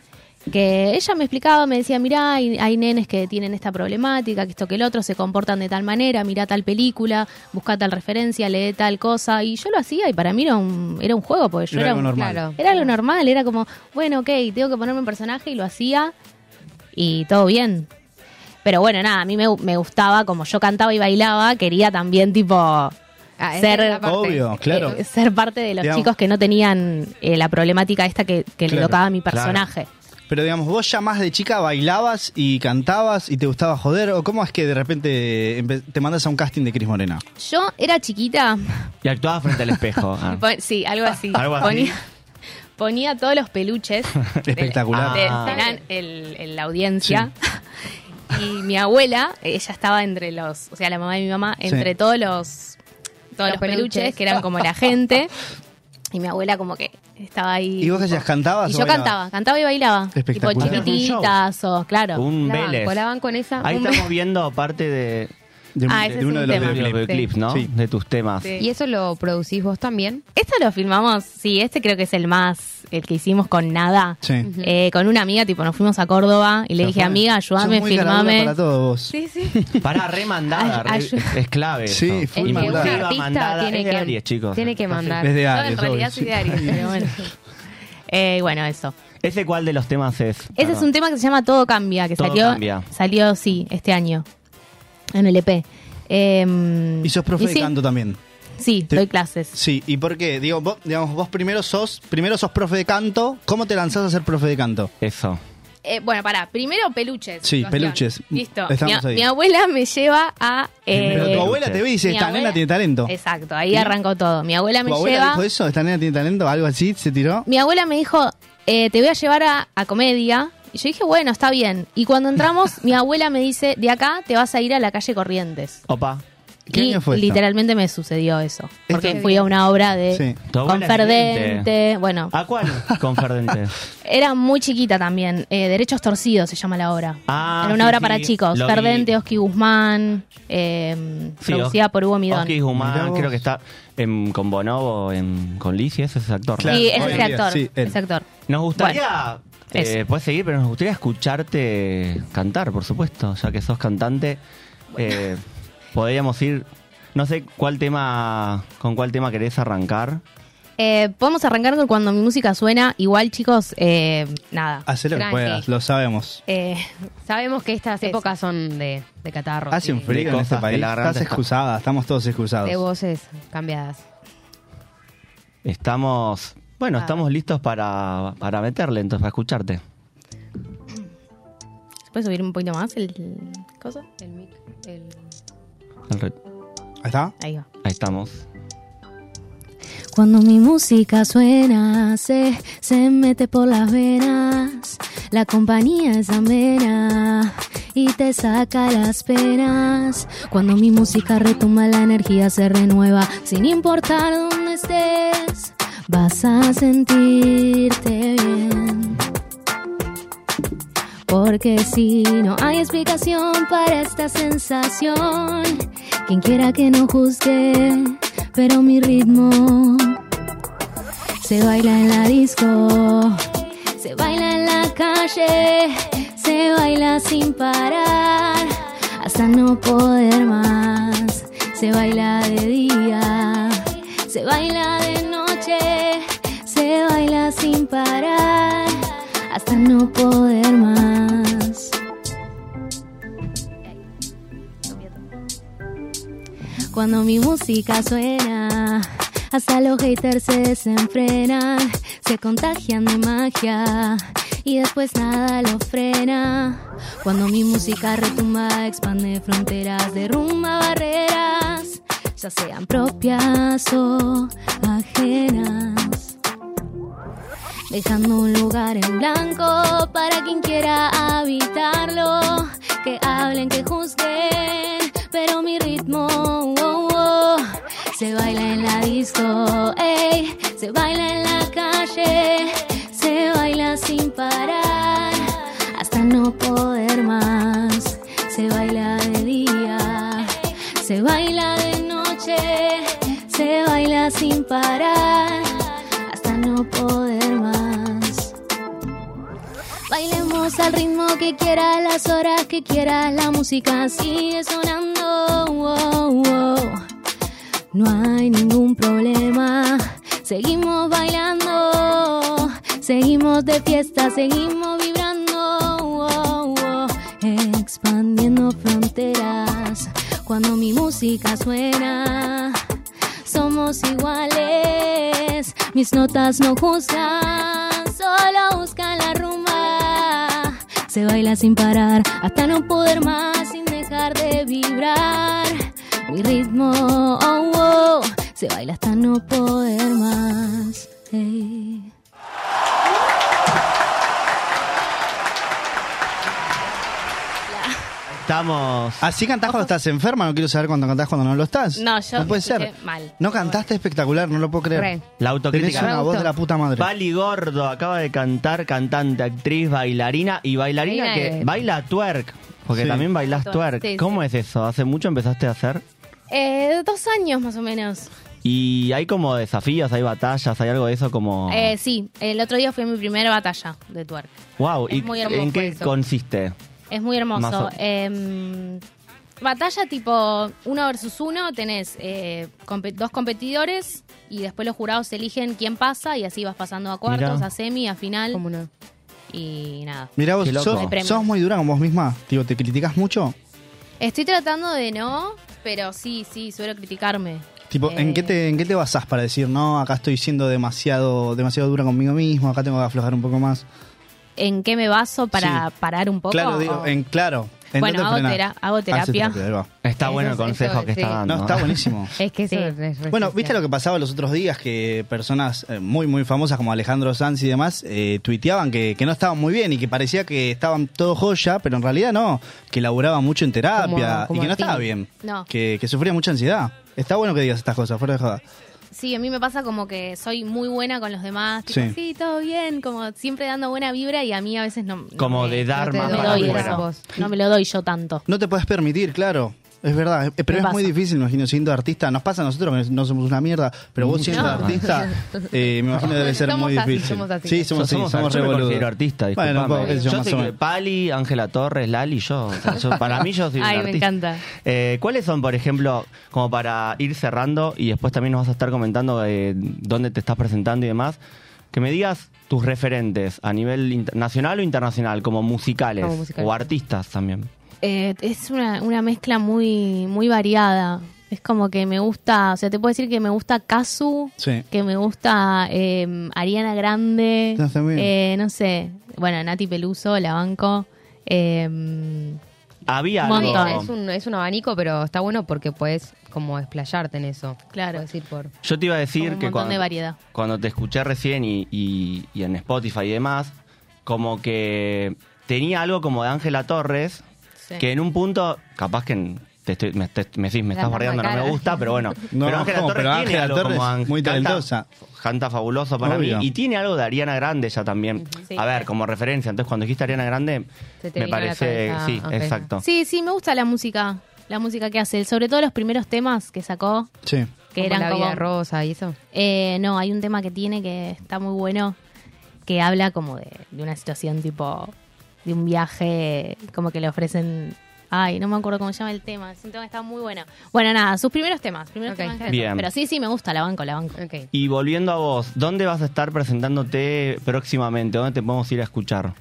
Speaker 8: que ella me explicaba, me decía, mirá, hay, hay nenes que tienen esta problemática, que esto que el otro, se comportan de tal manera, mirá tal película, busca tal referencia, lee tal cosa, y yo lo hacía y para mí era un, era un juego, porque yo
Speaker 2: Era
Speaker 8: era,
Speaker 2: algo
Speaker 8: un-
Speaker 2: normal.
Speaker 3: Claro.
Speaker 8: era lo normal, era como, bueno, ok, tengo que ponerme un personaje y lo hacía y todo bien. Pero bueno, nada, a mí me, me gustaba, como yo cantaba y bailaba, quería también tipo
Speaker 3: Ah, esa
Speaker 8: ser,
Speaker 3: era la parte.
Speaker 2: Obvio, claro.
Speaker 8: eh, ser parte de los
Speaker 2: Digamos-
Speaker 8: chicos que no tenían eh, la problemática esta que, que le
Speaker 2: Claro,
Speaker 8: tocaba a mi personaje.
Speaker 2: Pero digamos, vos ya más de chica bailabas y cantabas y te gustaba joder, o cómo es que de repente empe- te mandas a un casting de Cris Morena?
Speaker 8: Yo era chiquita,
Speaker 1: Y actuabas frente al espejo. Ah.
Speaker 8: pon- sí, algo así.
Speaker 1: Algo así.
Speaker 8: Ponía, ponía todos los peluches de-
Speaker 2: Espectacular.
Speaker 8: de-
Speaker 1: Ah.
Speaker 8: eran el, el- la audiencia. Y mi abuela, ella estaba entre los, o sea, la mamá de mi mamá,
Speaker 2: Sí.
Speaker 8: entre todos los todos
Speaker 3: Los
Speaker 8: los, peluches,
Speaker 3: peluches.
Speaker 8: que eran como la gente. Y mi abuela como que estaba ahí.
Speaker 2: ¿Y vos qué hacías? ¿Cantabas?
Speaker 8: Y
Speaker 2: o
Speaker 8: yo
Speaker 2: bailabas?
Speaker 8: cantaba, cantaba y bailaba. Tipo
Speaker 2: Espectacular.
Speaker 8: chiquititas o claro.
Speaker 1: Un
Speaker 3: La
Speaker 1: Vélez.
Speaker 3: banco, la banco en esa.
Speaker 1: Ahí
Speaker 3: un
Speaker 1: estamos viendo parte de,
Speaker 2: De,
Speaker 8: Ah,
Speaker 2: de
Speaker 8: ese es
Speaker 2: uno de
Speaker 8: un
Speaker 2: los
Speaker 8: tema.
Speaker 1: de los
Speaker 2: videoclips.
Speaker 1: videoclips,
Speaker 2: Sí.
Speaker 1: ¿no?
Speaker 2: Sí.
Speaker 1: De tus temas.
Speaker 8: Sí.
Speaker 3: ¿Y eso lo producís vos también?
Speaker 8: Esto lo filmamos, sí, este creo que es el más, el que hicimos con nada.
Speaker 2: Sí.
Speaker 8: Eh, con una amiga, tipo, nos fuimos a Córdoba y le dije, amiga, ayúdame,
Speaker 2: Sos muy caradura
Speaker 8: filmame.
Speaker 2: para todos vos.
Speaker 8: Sí, sí.
Speaker 1: Para remandada,
Speaker 8: Ay,
Speaker 1: es, es clave. eso.
Speaker 2: Sí,
Speaker 3: Es
Speaker 2: full
Speaker 3: que Eh, un
Speaker 2: mandada.
Speaker 3: artista
Speaker 1: mandada.
Speaker 3: tiene
Speaker 1: Es
Speaker 3: que,
Speaker 1: de Aries, chicos.
Speaker 3: tiene que mandar.
Speaker 2: Desde
Speaker 8: Yo
Speaker 2: Aries,
Speaker 8: en realidad
Speaker 2: obvio,
Speaker 8: soy
Speaker 2: sí.
Speaker 8: de Aries, pero bueno. Eh, bueno, eso.
Speaker 1: ¿Ese cuál de los temas es?
Speaker 8: Ese es un tema que se llama Todo Cambia, que
Speaker 1: Todo
Speaker 8: salió,
Speaker 1: Cambia.
Speaker 8: salió, sí, este año, en el E EP. Eh,
Speaker 2: Y sos profe de
Speaker 8: sí,
Speaker 2: canto también.
Speaker 8: Sí,
Speaker 2: Te-
Speaker 8: doy clases.
Speaker 2: Sí, ¿y por qué? Digo, vos, digamos, vos primero sos, primero sos profe de canto, ¿cómo te lanzás a ser profe de canto?
Speaker 1: Eso.
Speaker 8: Eh, bueno, pará, primero peluches.
Speaker 2: Sí,
Speaker 8: Sebastián.
Speaker 2: peluches.
Speaker 8: Listo.
Speaker 2: Estamos
Speaker 8: Mi,
Speaker 2: ahí.
Speaker 8: mi abuela me lleva a... eh,
Speaker 2: Pero tu abuela te ve y dice,
Speaker 8: mi
Speaker 2: esta
Speaker 8: abuela-
Speaker 2: nena tiene talento.
Speaker 8: Exacto, ahí
Speaker 2: ¿Y?
Speaker 8: arrancó todo. Mi abuela me
Speaker 2: ¿Tu abuela
Speaker 8: lleva.
Speaker 2: dijo eso? ¿Esta nena tiene talento? ¿Algo así? ¿Se tiró?
Speaker 8: Mi abuela me dijo, eh, te voy a llevar a, a comedia. Y yo dije, bueno, está bien. Y cuando entramos, mi abuela me dice, de acá te vas a ir a la calle Corrientes.
Speaker 1: Opa.
Speaker 2: ¿Qué
Speaker 8: y
Speaker 2: año fue esto?
Speaker 8: literalmente me sucedió eso. Porque
Speaker 2: Esto-
Speaker 8: fui a una obra de
Speaker 2: Sí.
Speaker 1: Tu abuela es Ah. vidente.
Speaker 8: Conferdente. Bueno,
Speaker 1: ¿A cuál? Conferdente.
Speaker 8: era muy chiquita también. Eh, Derechos Torcidos se llama la obra.
Speaker 1: Ah,
Speaker 8: era una
Speaker 1: sí,
Speaker 8: obra
Speaker 1: sí,
Speaker 8: para chicos.
Speaker 1: lo vi.
Speaker 8: Ferdente, Oski Guzmán, eh,
Speaker 1: Sí,
Speaker 8: producida
Speaker 1: Os-
Speaker 8: por Hugo Midón.
Speaker 1: Oski Guzmán,
Speaker 2: Mirá vos.
Speaker 1: creo que está en- con Bonobo, en, con Lizzie, ese es el actor.
Speaker 2: Claro,
Speaker 8: sí, es
Speaker 2: hoy
Speaker 8: ese
Speaker 2: en día,
Speaker 8: actor.
Speaker 2: sí, él.
Speaker 8: ese actor.
Speaker 1: Nos gustaría. eh,
Speaker 8: eso.
Speaker 1: puedes seguir, pero nos gustaría escucharte cantar, por supuesto, ya que sos cantante. Eh, podríamos ir. No sé cuál tema. ¿Con cuál tema querés arrancar?
Speaker 8: Eh, podemos arrancar con cuando mi música suena. Igual, chicos, eh, nada.
Speaker 2: Hacé lo que
Speaker 3: Tranqui.
Speaker 2: puedas, lo sabemos.
Speaker 8: Eh,
Speaker 3: Sabemos que estas
Speaker 8: Eso.
Speaker 3: épocas son de, de catarro.
Speaker 2: Hace un
Speaker 3: sí,
Speaker 2: frío en
Speaker 1: cosas
Speaker 2: este
Speaker 1: que
Speaker 2: país.
Speaker 1: la garganta
Speaker 2: Estás
Speaker 1: está-
Speaker 2: excusada, estamos todos excusados.
Speaker 3: De voces cambiadas.
Speaker 1: Estamos.
Speaker 8: Ah.
Speaker 1: Bueno, estamos listos para, para meterle, entonces, para escucharte.
Speaker 8: ¿se puede subir un poquito más el cosa?
Speaker 3: El mic, el-
Speaker 1: El re-
Speaker 2: ¿Ahí ¿Está?
Speaker 8: Ahí va.
Speaker 1: Ahí estamos.
Speaker 8: Cuando mi música suena, se, se mete por las venas. La compañía es amena y te saca las penas. Cuando mi música retumba, la energía se renueva. Sin importar dónde estés, vas a sentirte bien. Porque si no hay explicación para esta sensación, quien quiera que no juzgue, pero mi ritmo se baila en la disco, se baila en la calle, se baila sin parar, hasta no poder más. se baila de día, se baila de noche, se baila sin parar, hasta no poder más. Cuando mi música suena, hasta los haters se desenfrenan, se contagian de magia y después nada lo frena. Cuando mi música retumba, expande fronteras, derrumba barreras, ya sean propias o ajenas dejando un lugar en blanco para quien quiera habitarlo. Que hablen, que juzguen, pero mi ritmo wow, wow, se baila en la disco, ey, se baila en la calle, se baila sin parar hasta no poder más. Se baila de día, se baila de noche, se baila sin parar hasta no poder más. Bailemos al ritmo que quieras, las horas que quieras, la música sigue sonando. wow, wow. No hay ningún problema, seguimos bailando, seguimos de fiesta, seguimos vibrando, wow, wow. expandiendo fronteras. Cuando mi música suena, somos iguales. Mis notas no juzgan, solo buscan la rumba. Se baila sin parar, hasta no poder más, sin dejar de vibrar. Mi ritmo, oh, oh, se baila hasta no poder más. eh. Hey.
Speaker 1: Estamos.
Speaker 2: Así cantás cuando estás enferma, no quiero saber cuándo cantás cuando no lo estás.
Speaker 8: No, yo
Speaker 2: No puede
Speaker 8: escuché
Speaker 2: ser.
Speaker 8: mal.
Speaker 2: No cantaste espectacular, no lo puedo creer.
Speaker 3: Re.
Speaker 1: La
Speaker 2: Tenés
Speaker 1: autocrítica.
Speaker 2: una
Speaker 3: Me
Speaker 2: voz de
Speaker 3: gustó.
Speaker 2: la puta madre.
Speaker 1: Pali Gordo acaba de cantar, cantante, actriz, bailarina y bailarina
Speaker 3: Baila
Speaker 1: que
Speaker 3: de-
Speaker 1: baila twerk. Porque
Speaker 2: Sí.
Speaker 1: también bailas
Speaker 8: Twerk,
Speaker 1: twerk.
Speaker 8: sí,
Speaker 1: ¿Cómo es eso? ¿Hace mucho empezaste a hacer?
Speaker 8: Eh, dos años más o menos.
Speaker 1: Y hay como desafíos, hay batallas, hay algo de eso como...
Speaker 8: Eh, sí, el otro día fue mi primera batalla de twerk.
Speaker 1: wow,
Speaker 8: es
Speaker 1: ¿y
Speaker 8: muy hermoso
Speaker 1: en qué
Speaker 8: eso.
Speaker 1: consiste?
Speaker 8: Es muy
Speaker 1: Más
Speaker 8: hermoso.
Speaker 1: o-
Speaker 8: Em, batalla tipo uno versus uno, tenés eh, compe- dos competidores y después los jurados eligen quién pasa y así vas pasando a cuartos,
Speaker 1: Mirá.
Speaker 8: a semi, a final
Speaker 3: Como no.
Speaker 8: y nada.
Speaker 2: Mirá vos,
Speaker 1: Qué loco.
Speaker 2: sos,
Speaker 8: Hay premios.
Speaker 2: sos muy dura con vos misma. Digo, ¿te criticas mucho?
Speaker 8: Estoy tratando de no, pero sí, sí, suelo criticarme.
Speaker 2: Tipo, ¿en,
Speaker 8: Eh.
Speaker 2: qué te, ¿en qué te basás para decir, no, acá estoy siendo demasiado, demasiado dura conmigo mismo, acá tengo que aflojar un poco más?
Speaker 8: ¿En qué me baso para
Speaker 2: Sí.
Speaker 8: parar un poco?
Speaker 2: Claro, digo,
Speaker 8: O-
Speaker 2: en claro. ¿En
Speaker 8: Bueno,
Speaker 2: dónde
Speaker 8: hago
Speaker 2: frenás?
Speaker 8: tera- hago
Speaker 2: Ah, sí,
Speaker 8: terapia.
Speaker 2: ahí va.
Speaker 1: Está
Speaker 3: Eso
Speaker 1: bueno el
Speaker 3: es-
Speaker 1: consejo
Speaker 3: eso,
Speaker 1: que está
Speaker 3: sí.
Speaker 1: dando.
Speaker 2: No, está
Speaker 1: ¿eh?
Speaker 2: buenísimo.
Speaker 3: Es que eso
Speaker 8: Sí.
Speaker 3: es re especial.
Speaker 2: Bueno, ¿viste lo que pasaba los otros días? Que personas eh, muy, muy famosas como Alejandro Sanz y demás eh, tuiteaban que, que no estaban muy bien y que parecía que estaban todo joya, pero en realidad no, que laburaba mucho en terapia
Speaker 3: Como- como
Speaker 2: y que no
Speaker 3: a ti.
Speaker 2: estaba bien,
Speaker 8: No.
Speaker 2: que, que sufría mucha ansiedad. Está bueno que digas estas cosas, fuera de joda.
Speaker 8: Sí, a mí me pasa como que soy muy buena con los demás. Tipo,
Speaker 2: Sí.
Speaker 8: sí. todo bien, como siempre dando buena vibra y a mí a veces no. no
Speaker 1: Como
Speaker 8: me-
Speaker 1: de dar
Speaker 3: no te
Speaker 1: más
Speaker 8: me
Speaker 3: doy
Speaker 1: para
Speaker 8: doy
Speaker 3: esa
Speaker 1: afuera.
Speaker 8: eso.
Speaker 3: voz.
Speaker 8: No me lo doy yo tanto.
Speaker 2: No te puedes permitir, claro. Es verdad, eh, pero
Speaker 8: Me
Speaker 2: es muy
Speaker 8: pasa.
Speaker 2: difícil, me imagino, siendo artista. Nos pasa a nosotros que no somos una mierda, pero vos siendo
Speaker 8: No.
Speaker 2: artista, eh, me imagino debe ser
Speaker 3: Somos
Speaker 2: muy
Speaker 3: así,
Speaker 2: difícil.
Speaker 3: somos así.
Speaker 2: Sí, somos, así,
Speaker 1: Yo-
Speaker 2: somos,
Speaker 1: yo
Speaker 2: re
Speaker 1: me
Speaker 2: boludos.
Speaker 1: considero artista, disculpame.
Speaker 2: Bueno, poco, qué sé yo,
Speaker 1: yo
Speaker 2: más
Speaker 1: sé
Speaker 2: o
Speaker 1: que
Speaker 2: menos.
Speaker 1: Pali, Ángela Torres, Lali, yo, o sea, yo- Para mí yo soy un
Speaker 8: Ay, me
Speaker 1: artista.
Speaker 8: encanta.
Speaker 1: Eh, ¿Cuáles son, por ejemplo, como para ir cerrando y después también nos vas a estar comentando eh, dónde te estás presentando y demás? Que me digas tus referentes a nivel inter- nacional o internacional, como musicales,
Speaker 3: Como musicales.
Speaker 1: o artistas también.
Speaker 8: Eh, es una, una mezcla muy, muy variada. Es como que me gusta, o sea, te puedo decir que me gusta Kazu,
Speaker 2: Sí.
Speaker 8: que me gusta eh, Ariana Grande,
Speaker 2: No, está muy bien.
Speaker 8: eh, no sé, bueno, Nati Peluso, la banco. eh,
Speaker 1: Había
Speaker 8: Un
Speaker 1: algo.
Speaker 8: montón.
Speaker 3: Es un, es un abanico, pero está bueno porque puedes como desplayarte en eso.
Speaker 8: Claro.
Speaker 3: Puedes ir por...
Speaker 1: Yo te iba a decir
Speaker 8: Como un
Speaker 1: que
Speaker 8: montón
Speaker 1: cuando,
Speaker 8: de variedad.
Speaker 1: cuando te escuché recién y, y- y en Spotify y demás, como que tenía algo como de Ángela Torres,
Speaker 8: Sí.
Speaker 1: que en un punto, capaz que en- te estoy- me, te- me decís, me
Speaker 3: La
Speaker 1: estás bardeando, no
Speaker 3: cara.
Speaker 1: me gusta, pero bueno.
Speaker 2: No,
Speaker 1: pero Ángela
Speaker 2: ¿cómo?
Speaker 1: Torres
Speaker 2: Pero
Speaker 1: tiene
Speaker 2: Ángela
Speaker 1: algo
Speaker 2: Torres,
Speaker 1: como Ang-
Speaker 2: muy
Speaker 1: canta-
Speaker 2: talentosa.
Speaker 1: Canta fabuloso para
Speaker 2: Obvio.
Speaker 1: mí. Y tiene algo de Ariana Grande ya también.
Speaker 8: Sí.
Speaker 1: A ver, como referencia. Entonces, cuando dijiste Ariana Grande,
Speaker 3: Se te
Speaker 1: me
Speaker 3: vino a la
Speaker 1: parece.
Speaker 3: cabeza
Speaker 1: Sí,
Speaker 3: Ángela.
Speaker 1: exacto.
Speaker 8: Sí, sí, me gusta la música, la música que hace, sobre todo los primeros temas que sacó,
Speaker 2: Sí.
Speaker 8: que
Speaker 3: como
Speaker 8: eran
Speaker 3: la vida
Speaker 8: como-
Speaker 3: rosa y eso.
Speaker 8: Eh, no, hay un tema que tiene que está muy bueno, que habla como de, de una situación tipo de un viaje, como que le ofrecen Ay, no me acuerdo cómo se llama el tema. Es un tema que está muy bueno. Bueno, nada, sus primeros temas. Primeros
Speaker 3: Ok.
Speaker 8: temas que-
Speaker 1: Bien.
Speaker 8: Pero sí, sí, me gusta, la banco, la banco.
Speaker 3: Ok.
Speaker 1: Y volviendo a vos, ¿dónde vas a estar presentándote próximamente? ¿Dónde te podemos ir a escuchar?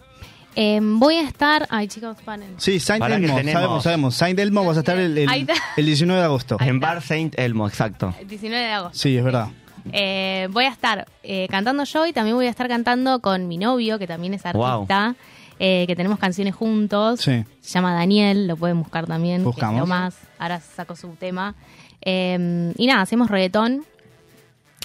Speaker 8: Eh, voy a estar. Ay, chicos, paren.
Speaker 2: Sí, Saint
Speaker 1: Para que
Speaker 2: Elmo,
Speaker 1: tenemos.
Speaker 2: sabemos, sabemos. Saint Elmo vas a estar el, el-
Speaker 8: Ahí está.
Speaker 2: el 19 de agosto.
Speaker 1: En Bar Saint Elmo, exacto.
Speaker 8: 19 de agosto.
Speaker 2: Sí, es verdad.
Speaker 8: Eh, voy a estar eh, cantando yo y también voy a estar cantando con mi novio, que también es artista, eh, que tenemos canciones juntos.
Speaker 2: Sí.
Speaker 8: Se llama Daniel, lo pueden buscar también. que es
Speaker 2: Buscamos.
Speaker 8: lo más, ahora saco su tema. Eh, y nada, hacemos reggaetón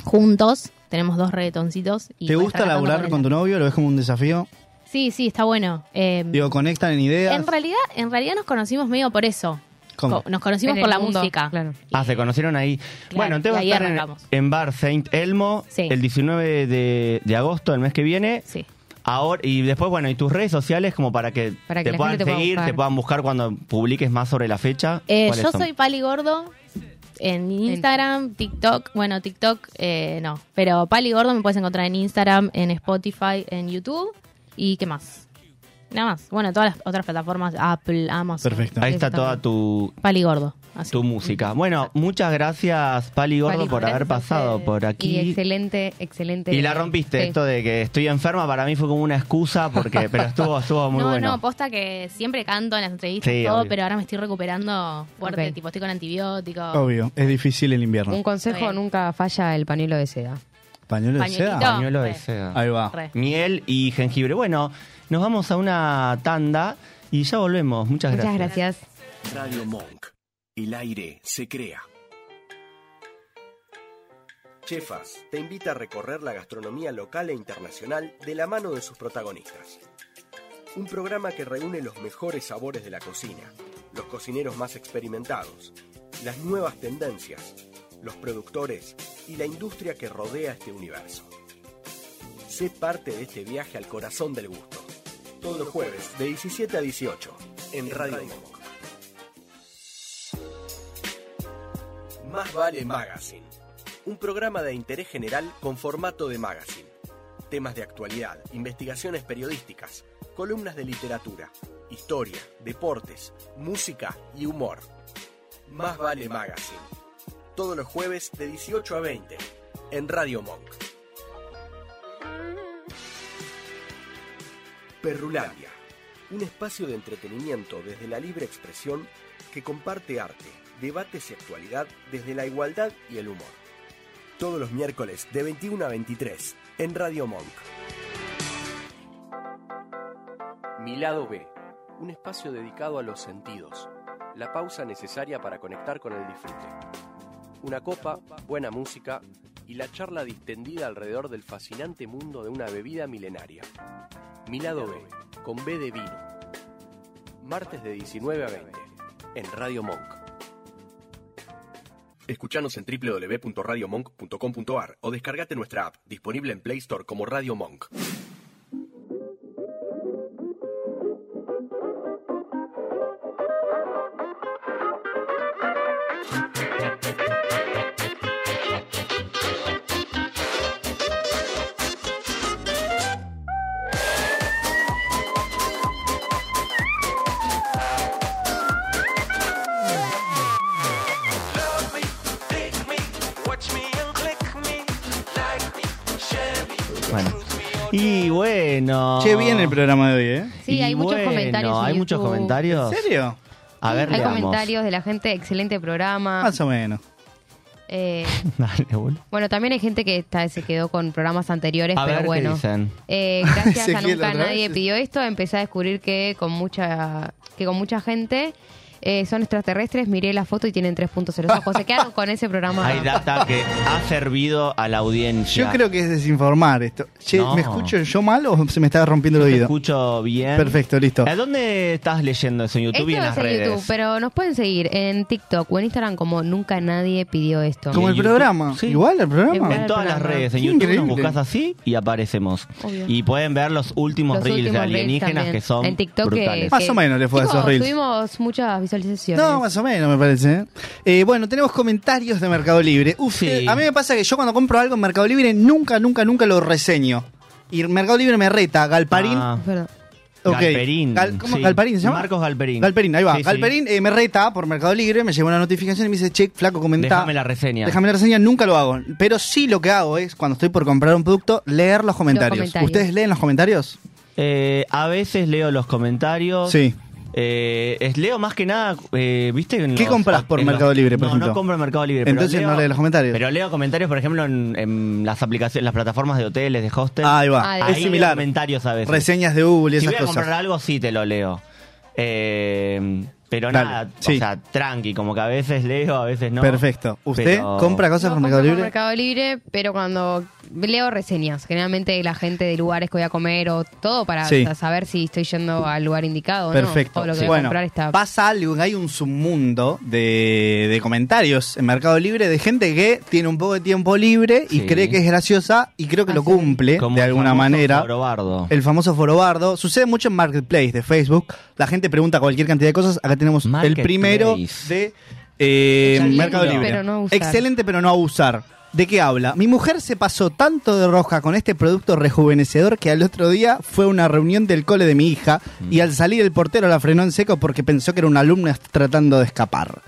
Speaker 8: juntos. Tenemos dos reggaetoncitos. Y
Speaker 2: ¿Te
Speaker 8: voy a
Speaker 2: gusta
Speaker 8: estar cantando
Speaker 2: laburar
Speaker 8: él
Speaker 2: con tu novio? ¿Lo ves como un desafío?
Speaker 8: Sí, sí, está bueno. Eh,
Speaker 2: Digo, conectan en ideas.
Speaker 8: en realidad, en realidad nos conocimos medio por eso.
Speaker 2: ¿Cómo?
Speaker 8: Co- Nos conocimos
Speaker 3: En el
Speaker 8: por la
Speaker 3: mundo,
Speaker 8: música.
Speaker 3: claro.
Speaker 1: Ah, se conocieron ahí.
Speaker 8: Claro,
Speaker 1: bueno, te
Speaker 8: y
Speaker 1: vas a
Speaker 8: ahí
Speaker 1: estar en,
Speaker 8: arrancamos.
Speaker 1: en Bar Saint Elmo
Speaker 8: Sí.
Speaker 1: el 19 de, de agosto, el mes que viene.
Speaker 8: Sí.
Speaker 1: Ahora, y después, bueno, y tus redes sociales como para que,
Speaker 3: Para que
Speaker 1: te
Speaker 3: la
Speaker 1: puedan
Speaker 3: gente te pueda
Speaker 1: seguir,
Speaker 3: buscar.
Speaker 1: te puedan buscar cuando publiques más sobre la fecha.
Speaker 8: Eh,
Speaker 1: ¿Cuáles
Speaker 8: yo
Speaker 1: son?
Speaker 8: soy Pali Gordo en Instagram, TikTok. Bueno, TikTok eh, no, pero Pali Gordo me puedes encontrar en Instagram, en Spotify, en YouTube y qué más. Nada más. Bueno, todas las otras plataformas, Apple, Amazon.
Speaker 2: Perfecto.
Speaker 1: Ahí está toda tu,
Speaker 8: Pali Gordo. así.
Speaker 1: tu música. Bueno, muchas gracias, Pali Gordo,
Speaker 3: Ah, Pali,
Speaker 1: por
Speaker 3: gracias
Speaker 1: haber
Speaker 3: a
Speaker 1: pasado
Speaker 3: ustedes.
Speaker 1: por
Speaker 3: Y
Speaker 1: aquí.
Speaker 3: excelente, excelente.
Speaker 1: Y la rompiste,
Speaker 3: Sí.
Speaker 1: esto de que estoy enferma para mí fue como una excusa, porque pero estuvo, estuvo muy
Speaker 8: no,
Speaker 1: bueno.
Speaker 8: no, posta que siempre canto en las entrevistas
Speaker 1: Sí,
Speaker 8: todo,
Speaker 1: obvio.
Speaker 8: pero ahora me estoy recuperando fuerte,
Speaker 3: Ok.
Speaker 8: tipo estoy con antibióticos.
Speaker 2: Obvio, es difícil el invierno.
Speaker 3: Un consejo,
Speaker 8: Bien.
Speaker 3: nunca falla el pañuelo de seda.
Speaker 2: ¿Pañuelo de
Speaker 8: Pañuelito.
Speaker 2: seda?
Speaker 1: Pañuelo de
Speaker 8: Re.
Speaker 1: seda.
Speaker 2: Ahí va.
Speaker 8: Re.
Speaker 1: Miel y jengibre. Bueno, nos vamos a una tanda y ya volvemos. Muchas gracias.
Speaker 3: Muchas gracias.
Speaker 9: Radio Monk. El aire se crea.
Speaker 10: Chefas te invita a recorrer la gastronomía local e internacional de la mano de sus protagonistas. Un programa que reúne los mejores sabores de la cocina, los cocineros más experimentados, las nuevas tendencias, los productores y la industria que rodea este universo. Sé parte de este viaje al corazón del gusto. Todos los jueves de 17 a 18 en Radio Monk. Más vale Magazine. Un programa de interés general con formato de magazine. Temas de actualidad, investigaciones periodísticas, columnas de literatura, historia, deportes, música y humor. Más vale magazine. Todos los jueves de 18 a 20 en Radio Monk. Perrulandia. Un espacio de entretenimiento desde la libre expresión que comparte arte, debates y actualidad desde la igualdad y el humor. Todos los miércoles de 21 a 23 en Radio Monk. Mi lado B, un espacio dedicado a los sentidos, la pausa necesaria para conectar con el disfrute. Una copa, buena música y la charla distendida alrededor del fascinante mundo de una bebida milenaria. Mi lado B, con B de vino. Martes de 19 a 20, en Radio Monk. Escuchanos en www.radiomonk.com.ar o descargate nuestra app, disponible en Play Store como Radio Monk.
Speaker 1: Bueno. Y bueno.
Speaker 2: Che, bien el programa de hoy, ¿eh?
Speaker 3: Sí, hay
Speaker 1: Y
Speaker 3: muchos
Speaker 1: bueno,
Speaker 3: comentarios en
Speaker 1: Hay muchos
Speaker 3: YouTube.
Speaker 2: ¿En
Speaker 1: comentarios.
Speaker 2: serio?
Speaker 1: A ver,
Speaker 3: Hay
Speaker 1: leamos.
Speaker 3: comentarios de la gente, excelente
Speaker 8: Ah.
Speaker 1: Ah,
Speaker 3: programa.
Speaker 2: Más o menos.
Speaker 3: Eh,
Speaker 1: Dale, boludo.
Speaker 3: bueno, también hay gente que está- se quedó con programas anteriores,
Speaker 1: A
Speaker 3: pero
Speaker 1: ver qué
Speaker 3: bueno.
Speaker 1: dicen.
Speaker 3: Eh, gracias a
Speaker 2: Ezequiel,
Speaker 3: nunca
Speaker 2: otra
Speaker 3: nadie
Speaker 2: vez.
Speaker 3: pidió esto, empecé a descubrir que con mucha que con mucha gente eh, son extraterrestres, miré la foto y tienen tres puntos en los ojos. Se quedaron con ese programa.
Speaker 1: Hay data que ha servido a la audiencia.
Speaker 2: Yo creo que es desinformar esto. Che,
Speaker 1: No.
Speaker 2: ¿me escucho yo mal o se me está rompiendo el
Speaker 1: Te
Speaker 2: oído?
Speaker 1: escucho bien.
Speaker 2: Perfecto, listo.
Speaker 1: ¿A dónde estás leyendo eso? ¿En YouTube
Speaker 3: Esto
Speaker 1: y en las
Speaker 3: es en
Speaker 1: redes?
Speaker 3: YouTube, pero nos pueden seguir en TikTok o en Instagram como nunca nadie pidió esto.
Speaker 2: Como el
Speaker 1: YouTube,
Speaker 2: programa.
Speaker 1: sí.
Speaker 2: Igual el programa.
Speaker 3: Igual.
Speaker 1: En todas las redes, en
Speaker 2: Qué
Speaker 1: YouTube nos
Speaker 2: increíble.
Speaker 1: buscas así y aparecemos.
Speaker 3: Obvio.
Speaker 1: Y pueden ver los últimos
Speaker 3: Los
Speaker 1: reels de
Speaker 3: últimos reels
Speaker 1: alienígenas
Speaker 3: también.
Speaker 1: que son
Speaker 3: En TikTok que-
Speaker 1: brutales.
Speaker 2: Más o menos le fue a
Speaker 3: Chicos,
Speaker 2: esos reels.
Speaker 3: Tuvimos muchas visualizaciones.
Speaker 2: No, más o menos me parece. ¿eh? Eh, bueno, tenemos comentarios de Mercado Libre. Uf,
Speaker 1: Sí.
Speaker 2: eh, a mí me pasa que yo cuando compro algo en Mercado Libre nunca, nunca, nunca lo reseño. Y Mercado Libre me reta, Galparín.
Speaker 1: Ah.
Speaker 3: Es verdad.
Speaker 2: Ok.
Speaker 1: Galperín.
Speaker 2: Gal- ¿Cómo?
Speaker 1: Sí.
Speaker 2: ¿Galperín se llama?
Speaker 1: Marcos Galperín.
Speaker 2: Galperín, ahí va.
Speaker 1: Sí, sí.
Speaker 2: Galperín eh, me reta por Mercado Libre, me llegó una notificación y me dice, che, flaco, comenta.
Speaker 1: Déjame la reseña.
Speaker 2: Déjame la reseña, nunca lo hago. Pero sí lo que hago es, cuando estoy por comprar un producto, leer los comentarios.
Speaker 3: comentarios.
Speaker 2: ¿Ustedes leen los comentarios?
Speaker 1: Eh, a veces leo los comentarios.
Speaker 2: Sí.
Speaker 1: Eh, es- leo más que nada, eh, ¿viste? En
Speaker 2: ¿Qué
Speaker 1: los-
Speaker 2: compras por
Speaker 1: en
Speaker 2: Mercado Libre,
Speaker 1: no,
Speaker 2: por ejemplo?
Speaker 1: No, compro en Mercado Libre.
Speaker 2: Entonces
Speaker 1: pero leo,
Speaker 2: no lees los comentarios.
Speaker 1: Pero leo comentarios, por ejemplo, en, en las aplicaciones, las plataformas de hoteles, de hostels.
Speaker 2: ahí va.
Speaker 3: Ah,
Speaker 1: Ahí
Speaker 2: es
Speaker 1: leo
Speaker 2: similar.
Speaker 1: comentarios a veces.
Speaker 2: Reseñas de Google y
Speaker 1: si
Speaker 2: esas
Speaker 1: voy a
Speaker 2: cosas.
Speaker 1: comprar algo, sí te lo leo. Eh, pero
Speaker 2: Dale,
Speaker 1: nada,
Speaker 2: sí.
Speaker 1: o sea, tranqui, como que a veces leo, a veces no.
Speaker 2: Perfecto. ¿Usted
Speaker 1: Pero-
Speaker 2: compra cosas por
Speaker 3: No compro
Speaker 2: Mercado Libre?
Speaker 3: Mercado Libre, pero cuando leo reseñas, generalmente de la gente de lugares que voy a comer o todo para
Speaker 2: Sí.
Speaker 3: sa- saber si estoy yendo al lugar indicado o no.
Speaker 2: Perfecto.
Speaker 3: O lo
Speaker 2: Sí.
Speaker 3: que voy a
Speaker 2: Bueno,
Speaker 3: comprar está...
Speaker 2: pasa algo, hay un submundo de, de comentarios en Mercado Libre de gente que tiene un poco de tiempo libre y
Speaker 1: Sí.
Speaker 2: cree que es graciosa y creo que
Speaker 3: Ah,
Speaker 2: lo
Speaker 3: sí.
Speaker 2: cumple
Speaker 1: Como
Speaker 2: ¿Eh? de
Speaker 1: el
Speaker 2: alguna
Speaker 1: famoso
Speaker 2: manera.
Speaker 1: jorobardo.
Speaker 2: El famoso forobardo. Sucede mucho en Marketplace de Facebook. La gente pregunta cualquier cantidad de cosas. Acá tenemos el
Speaker 1: Marketplace.
Speaker 2: primero de eh,
Speaker 3: Excelente,
Speaker 2: Mercado Libre.
Speaker 3: pero no a usar.
Speaker 2: Excelente, pero no a usar. ¿De qué habla? Mi mujer se pasó tanto de roja con este producto rejuvenecedor que al otro día fue a una reunión del cole de mi hija y al salir el portero la frenó en seco porque pensó que era una alumna tratando de escapar.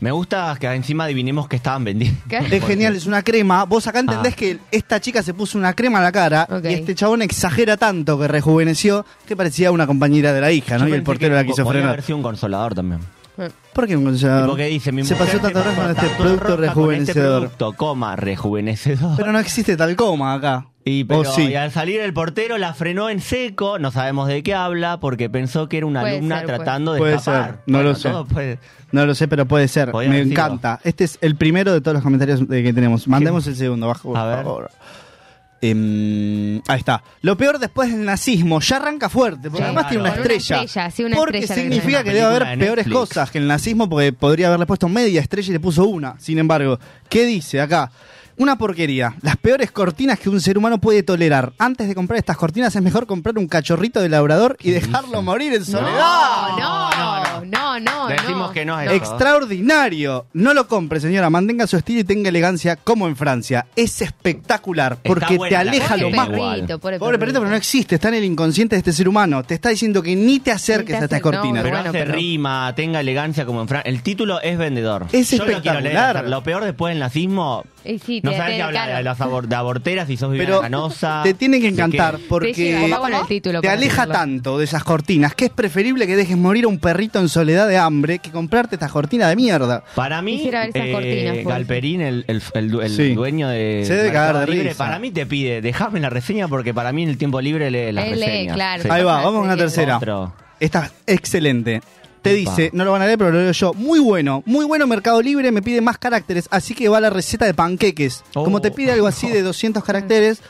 Speaker 1: Me gusta que encima adivinemos que estaban vendiendo.
Speaker 3: ¿Qué?
Speaker 2: Es genial, es una crema. Vos acá entendés
Speaker 1: Ah.
Speaker 2: que esta chica se puso una crema en la cara
Speaker 3: Ok.
Speaker 2: y este chabón exagera tanto que rejuveneció que parecía una compañera de la hija, ¿no?
Speaker 1: Yo
Speaker 2: Y el
Speaker 1: pensé
Speaker 2: portero
Speaker 1: que
Speaker 2: la quiso
Speaker 1: podía
Speaker 2: frenar.
Speaker 1: haber sido un consolador también.
Speaker 2: ¿Por qué un
Speaker 1: Y
Speaker 2: consolador?
Speaker 1: porque dice, mi
Speaker 2: Ah, se
Speaker 1: mujer
Speaker 2: pasó tanto
Speaker 1: se
Speaker 2: rato con
Speaker 1: pasó
Speaker 2: este
Speaker 1: tanto
Speaker 2: producto
Speaker 1: rosca con este
Speaker 2: rejuvenecedor.
Speaker 1: producto, coma, rejuvenecedor.
Speaker 2: Pero no existe tal coma acá.
Speaker 1: y, pero-
Speaker 2: ¿O sí?
Speaker 1: y al salir el portero la frenó en seco, no sabemos de qué habla, porque pensó que era una
Speaker 3: Puede
Speaker 1: alumna
Speaker 3: ser, puede-
Speaker 1: tratando de
Speaker 2: Puede
Speaker 1: escapar.
Speaker 2: ser, no
Speaker 1: Bueno,
Speaker 2: lo sé.
Speaker 1: todo puede-
Speaker 2: No lo sé, pero puede ser.
Speaker 1: Podía
Speaker 2: Me
Speaker 1: haber sido.
Speaker 2: encanta. Este es el primero de todos los comentarios de que tenemos. Mandemos el segundo, bajo, por
Speaker 1: A ver.
Speaker 2: favor. Em, ahí está. Lo peor después del nazismo. Ya arranca fuerte, porque
Speaker 3: Sí,
Speaker 2: además tiene una
Speaker 3: claro. Con una
Speaker 2: estrella.
Speaker 3: estrella, sí, una
Speaker 2: porque
Speaker 3: estrella le
Speaker 2: significa
Speaker 3: tenemos.
Speaker 2: que debe haber
Speaker 1: Película de
Speaker 2: peores
Speaker 1: Netflix.
Speaker 2: cosas que el nazismo, porque podría haberle puesto media estrella y le puso una. Sin embargo, ¿qué dice acá? Una porquería. Las peores cortinas que un ser humano puede tolerar. Antes de comprar estas cortinas es mejor comprar un cachorrito de labrador y dejarlo morir en soledad.
Speaker 3: No, no, no, no.
Speaker 1: Le decimos
Speaker 3: no.
Speaker 1: que no es eso.
Speaker 2: Extraordinario. No lo compre, señora. Mantenga su estilo y tenga elegancia como en Francia. Es espectacular porque te
Speaker 1: buena la
Speaker 2: aleja
Speaker 1: Pobre
Speaker 2: lo
Speaker 3: Pobre
Speaker 2: más.
Speaker 1: igual.
Speaker 3: perrito, pobre,
Speaker 2: Pobre perrito, pero no existe. Está en el inconsciente de este ser humano. Te está diciendo que ni te acerques
Speaker 3: Ni
Speaker 2: a
Speaker 3: te
Speaker 2: estas
Speaker 3: acer- no,
Speaker 2: cortinas.
Speaker 1: Pero
Speaker 3: Bueno,
Speaker 1: hace
Speaker 3: pero-
Speaker 1: rima, tenga elegancia como en Fran. El título es vendedor.
Speaker 2: Es
Speaker 1: Yo lo quiero leer,
Speaker 2: espectacular.
Speaker 1: Lo peor después del nazismo.
Speaker 3: Y sí,
Speaker 1: no
Speaker 3: te-
Speaker 1: sabes
Speaker 3: te-
Speaker 1: qué hablar
Speaker 3: claro.
Speaker 1: de las abor- de aborteras si sos Viviana
Speaker 2: Pero
Speaker 1: Canosa.
Speaker 2: te tiene que
Speaker 1: de
Speaker 2: encantar
Speaker 3: Te
Speaker 2: porque
Speaker 3: lleva con el título
Speaker 2: te
Speaker 3: para
Speaker 2: aleja
Speaker 3: decirlo.
Speaker 2: tanto de esas cortinas que es preferible que dejes morir a un perrito en soledad de hambre que comprarte estas cortinas de mierda.
Speaker 1: Para mí,
Speaker 3: Quisiera ver esas
Speaker 1: eh,
Speaker 3: cortinas, pues. por
Speaker 1: Galperín, el, el- el du- el
Speaker 2: Sí.
Speaker 1: dueño de.
Speaker 2: Se debe
Speaker 1: Mercado
Speaker 2: cagar de
Speaker 1: Libre,
Speaker 2: risa.
Speaker 1: Para mí te pide, dejame la reseña porque para mí en el tiempo libre lee las
Speaker 3: Él lee,
Speaker 1: reseñas.
Speaker 3: claro.
Speaker 1: Sí.
Speaker 2: Ahí va, vamos a una
Speaker 3: Sí.
Speaker 2: tercera.
Speaker 1: Otro.
Speaker 2: Está excelente. Te
Speaker 1: Upa.
Speaker 2: dice, no lo van a leer, pero lo leo yo. Muy bueno, muy bueno Mercado Libre, me pide más caracteres, así que va la receta de panqueques.
Speaker 1: Oh.
Speaker 2: Como te pide algo así de 200 caracteres,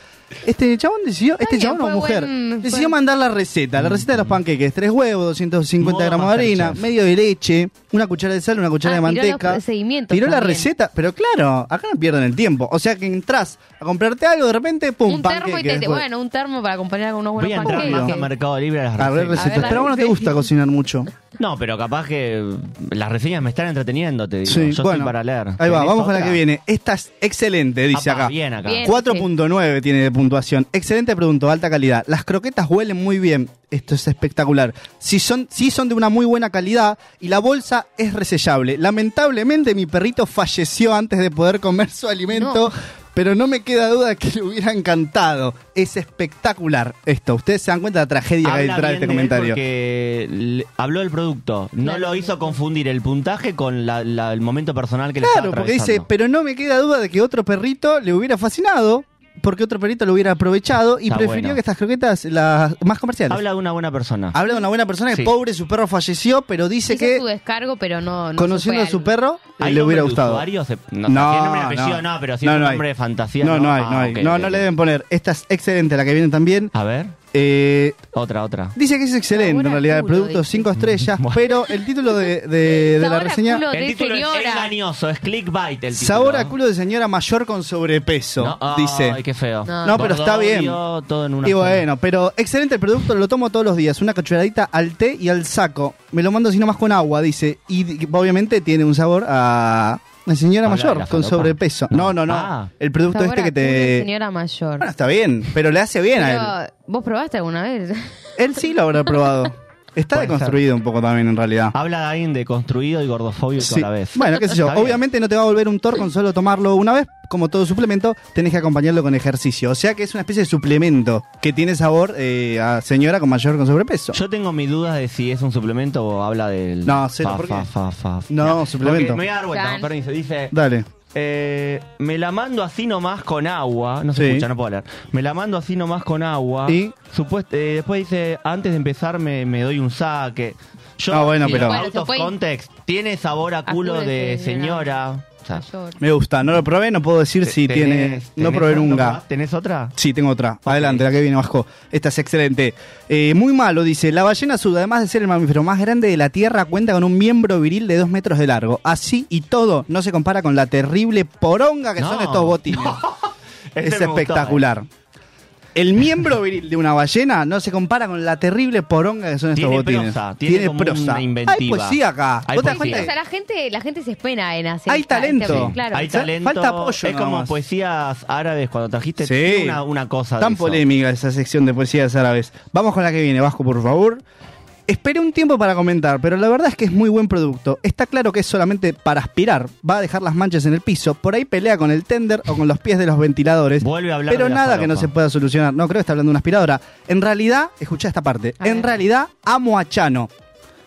Speaker 2: este chabón decidió, este
Speaker 3: bien,
Speaker 2: chabón o
Speaker 3: fue
Speaker 2: mujer,
Speaker 3: buen-
Speaker 2: decidió
Speaker 3: fue-
Speaker 2: mandar la receta, la receta de los panqueques, tres huevos, 250
Speaker 1: Modo
Speaker 2: gramos de harina,
Speaker 1: Masterchef.
Speaker 2: medio de leche, una cuchara de sal, una cuchara
Speaker 3: Ah,
Speaker 2: de
Speaker 3: tiró los
Speaker 2: manteca.
Speaker 3: procedimientos
Speaker 2: Tiró la
Speaker 3: también.
Speaker 2: receta, pero claro, acá no pierden el tiempo. O sea que entras a comprarte algo, de repente, pum,
Speaker 3: Un termo y
Speaker 2: panqueques,
Speaker 3: te, te-
Speaker 2: después.
Speaker 3: bueno, un termo para acompañar con unos
Speaker 1: Voy a
Speaker 3: buenos
Speaker 1: entrar más a
Speaker 3: panqueques.
Speaker 1: Mercado Libre a las
Speaker 2: A ver,
Speaker 1: reseñas.
Speaker 3: receta.
Speaker 2: recetas.
Speaker 3: la
Speaker 2: Pero a vos no te
Speaker 3: receta.
Speaker 2: gusta cocinar mucho.
Speaker 1: No, pero capaz que las reseñas me están entreteniendo, te digo.
Speaker 2: Sí,
Speaker 1: Yo
Speaker 2: bueno.
Speaker 1: estoy para leer.
Speaker 2: Ahí va,
Speaker 1: ¿Tenés
Speaker 2: vamos con la
Speaker 1: otra?
Speaker 2: que viene. Esta es excelente, dice
Speaker 1: Apa,
Speaker 2: acá.
Speaker 1: Bien acá.
Speaker 3: Bien.
Speaker 2: 4.9 tiene de puntuación. Excelente producto, alta calidad. Las croquetas huelen muy bien. Esto es espectacular. Si son, sí son de una muy buena calidad y la bolsa es resellable. Lamentablemente mi perrito falleció antes de poder comer su alimento, pero no me queda duda que le hubiera encantado. Es espectacular esto. Ustedes se dan cuenta de la tragedia que hay
Speaker 1: Habla
Speaker 2: detrás de
Speaker 1: bien de
Speaker 2: este
Speaker 1: él
Speaker 2: comentario.
Speaker 1: Porque le- habló del producto. No
Speaker 3: Claro.
Speaker 1: lo hizo confundir el puntaje con la- la- el momento personal que le
Speaker 2: Claro,
Speaker 1: estaba
Speaker 2: porque dice,
Speaker 1: atravesando.
Speaker 2: pero no me queda duda de que otro perrito le hubiera fascinado, porque otro perrito lo hubiera aprovechado y
Speaker 1: Está
Speaker 2: prefirió
Speaker 1: bueno.
Speaker 2: que estas croquetas las más comerciales. Habla,
Speaker 1: Habla de una buena persona.
Speaker 2: de una buena persona que
Speaker 1: Sí.
Speaker 2: pobre su perro falleció, pero dice
Speaker 3: Hizo
Speaker 2: que
Speaker 3: su descargo, pero no, no
Speaker 2: conociendo
Speaker 3: se
Speaker 2: a
Speaker 3: fue
Speaker 2: su
Speaker 3: al-
Speaker 2: perro
Speaker 1: ¿Hay
Speaker 2: Eh, le
Speaker 1: nombre
Speaker 2: hubiera
Speaker 1: de
Speaker 2: gustado.
Speaker 1: usuario? Se- no, no, si es nombre y apellido, no, pero si es un
Speaker 2: no hay.
Speaker 1: nombre de fantasía.
Speaker 2: No, no, hay, no
Speaker 1: Ah,
Speaker 2: hay.
Speaker 1: ok,
Speaker 2: no,
Speaker 1: ok,
Speaker 2: no
Speaker 1: ok. Ah.
Speaker 2: le deben poner. Esta es excelente, la que viene también.
Speaker 1: A ver,
Speaker 2: Eh,
Speaker 1: otra, otra.
Speaker 2: dice que es excelente, en
Speaker 3: Sabor a
Speaker 2: realidad, el
Speaker 3: culo,
Speaker 2: producto
Speaker 3: dice.
Speaker 2: 5 estrellas,
Speaker 1: Bueno.
Speaker 2: pero el título de, de- de la
Speaker 3: Sabor a
Speaker 2: reseña...
Speaker 3: culo.
Speaker 1: El
Speaker 3: de
Speaker 1: título es
Speaker 3: señora.
Speaker 1: engañoso, es clickbait el título.
Speaker 2: Sabor a culo de señora mayor con sobrepeso,
Speaker 1: No, ay,
Speaker 2: dice.
Speaker 1: Ay, qué feo.
Speaker 3: No.
Speaker 2: No, pero está bien.
Speaker 1: Gordorio, Todo en una
Speaker 2: Y
Speaker 1: sola.
Speaker 2: bueno, pero excelente el producto, lo tomo todos los días. Una cucharadita al té y al saco. Me lo mando así nomás con agua, dice. Y di- obviamente tiene un sabor a una señora
Speaker 1: Habla de
Speaker 2: mayor
Speaker 1: la
Speaker 2: con
Speaker 1: falopa.
Speaker 2: sobrepeso. No,
Speaker 1: No.
Speaker 2: no, no.
Speaker 1: Ah.
Speaker 2: El producto
Speaker 3: Sabor
Speaker 2: este
Speaker 3: a
Speaker 2: que
Speaker 3: culo de
Speaker 2: te.
Speaker 3: señora mayor.
Speaker 2: Bueno, está bien, pero le hace bien a él.
Speaker 3: Pero, ¿Vos probaste alguna vez?
Speaker 2: Él sí lo habrá probado. Está
Speaker 1: Puede
Speaker 2: deconstruido un poco también, en realidad.
Speaker 1: Habla de alguien de construido y gordofóbico
Speaker 2: Sí.
Speaker 1: a la vez.
Speaker 2: Bueno, qué sé yo.
Speaker 1: Está bien.
Speaker 2: Obviamente no te va a volver un toro con solo tomarlo una vez. Como todo suplemento, tenés que acompañarlo con ejercicio. O sea que es una especie de suplemento que tiene sabor eh, a señora con mayor con sobrepeso.
Speaker 1: Yo tengo mis dudas de si es un suplemento o habla del.
Speaker 2: No, cero,
Speaker 1: fa,
Speaker 2: ¿por
Speaker 1: fa,
Speaker 2: qué?
Speaker 1: fa, fa, fa.
Speaker 2: No, suplemento.
Speaker 1: Porque me voy a dar vuelta,
Speaker 3: Tan.
Speaker 1: permiso. Dice.
Speaker 2: Dale.
Speaker 1: eh, me la mando así nomás con agua. No se
Speaker 2: Sí.
Speaker 1: escucha, no puedo leer. Me la mando así nomás con agua.
Speaker 2: Y-
Speaker 1: Supuest- eh, después dice, antes de empezar me, me doy un saque. Yo,
Speaker 2: Ah, bueno,
Speaker 1: y
Speaker 2: pero-
Speaker 3: Bueno,
Speaker 1: Out
Speaker 3: se
Speaker 1: of
Speaker 3: puede-
Speaker 1: context. Tiene sabor a
Speaker 3: A
Speaker 1: culo
Speaker 3: culo
Speaker 1: de
Speaker 3: de
Speaker 1: señora. O sea,
Speaker 3: Mayor.
Speaker 2: Me gusta. No lo probé, no puedo decir si tiene.
Speaker 1: tenés-
Speaker 2: No
Speaker 1: tenés-
Speaker 2: probé nunca.
Speaker 1: ¿Tenés otra?
Speaker 2: Sí, tengo otra. Adelante, la que viene Vasco. Esta es excelente. Eh, muy malo, dice. La ballena azul, además de ser el mamífero más grande de la Tierra, cuenta con un miembro viril de 2 metros de largo. Así y todo no se compara con la terrible poronga que son
Speaker 1: No.
Speaker 2: estos botines.
Speaker 1: Ese
Speaker 2: es
Speaker 1: me gustó,
Speaker 2: espectacular. El miembro viril de una ballena no se compara con la terrible poronga que son estos
Speaker 1: Tiene
Speaker 2: botines.
Speaker 1: prosa, tiene como una inventiva.
Speaker 2: Hay poesía acá.
Speaker 1: Hay
Speaker 2: ¿Vos te das
Speaker 1: poesía.
Speaker 2: cuenta?
Speaker 3: O sea, la gente, la gente se espera en hacer.
Speaker 2: Hay
Speaker 3: esta-
Speaker 2: talento.
Speaker 3: esta- claro.
Speaker 1: Hay
Speaker 2: Fa-
Speaker 1: talento.
Speaker 2: falta apoyo
Speaker 1: Es
Speaker 2: nada
Speaker 1: como
Speaker 2: más.
Speaker 1: poesías árabes cuando trajiste
Speaker 2: Sí.
Speaker 1: tiene una, una cosa. de
Speaker 2: Tan
Speaker 1: eso.
Speaker 2: polémica esa sección de poesías árabes. Vamos con la que viene, Vasco, por favor. Esperé un tiempo para comentar, pero la verdad es que es muy buen producto. Está claro que es solamente para aspirar. Va a dejar las manchas en el piso. Por ahí pelea con el tender o con los pies de los ventiladores.
Speaker 1: Vuelve a hablar
Speaker 2: Pero
Speaker 1: de la
Speaker 2: nada que no
Speaker 1: falopa.
Speaker 2: se pueda solucionar. No creo que está hablando de una aspiradora. En realidad, escucha esta parte.
Speaker 3: A
Speaker 2: en
Speaker 3: ver.
Speaker 2: realidad, amo a Chano.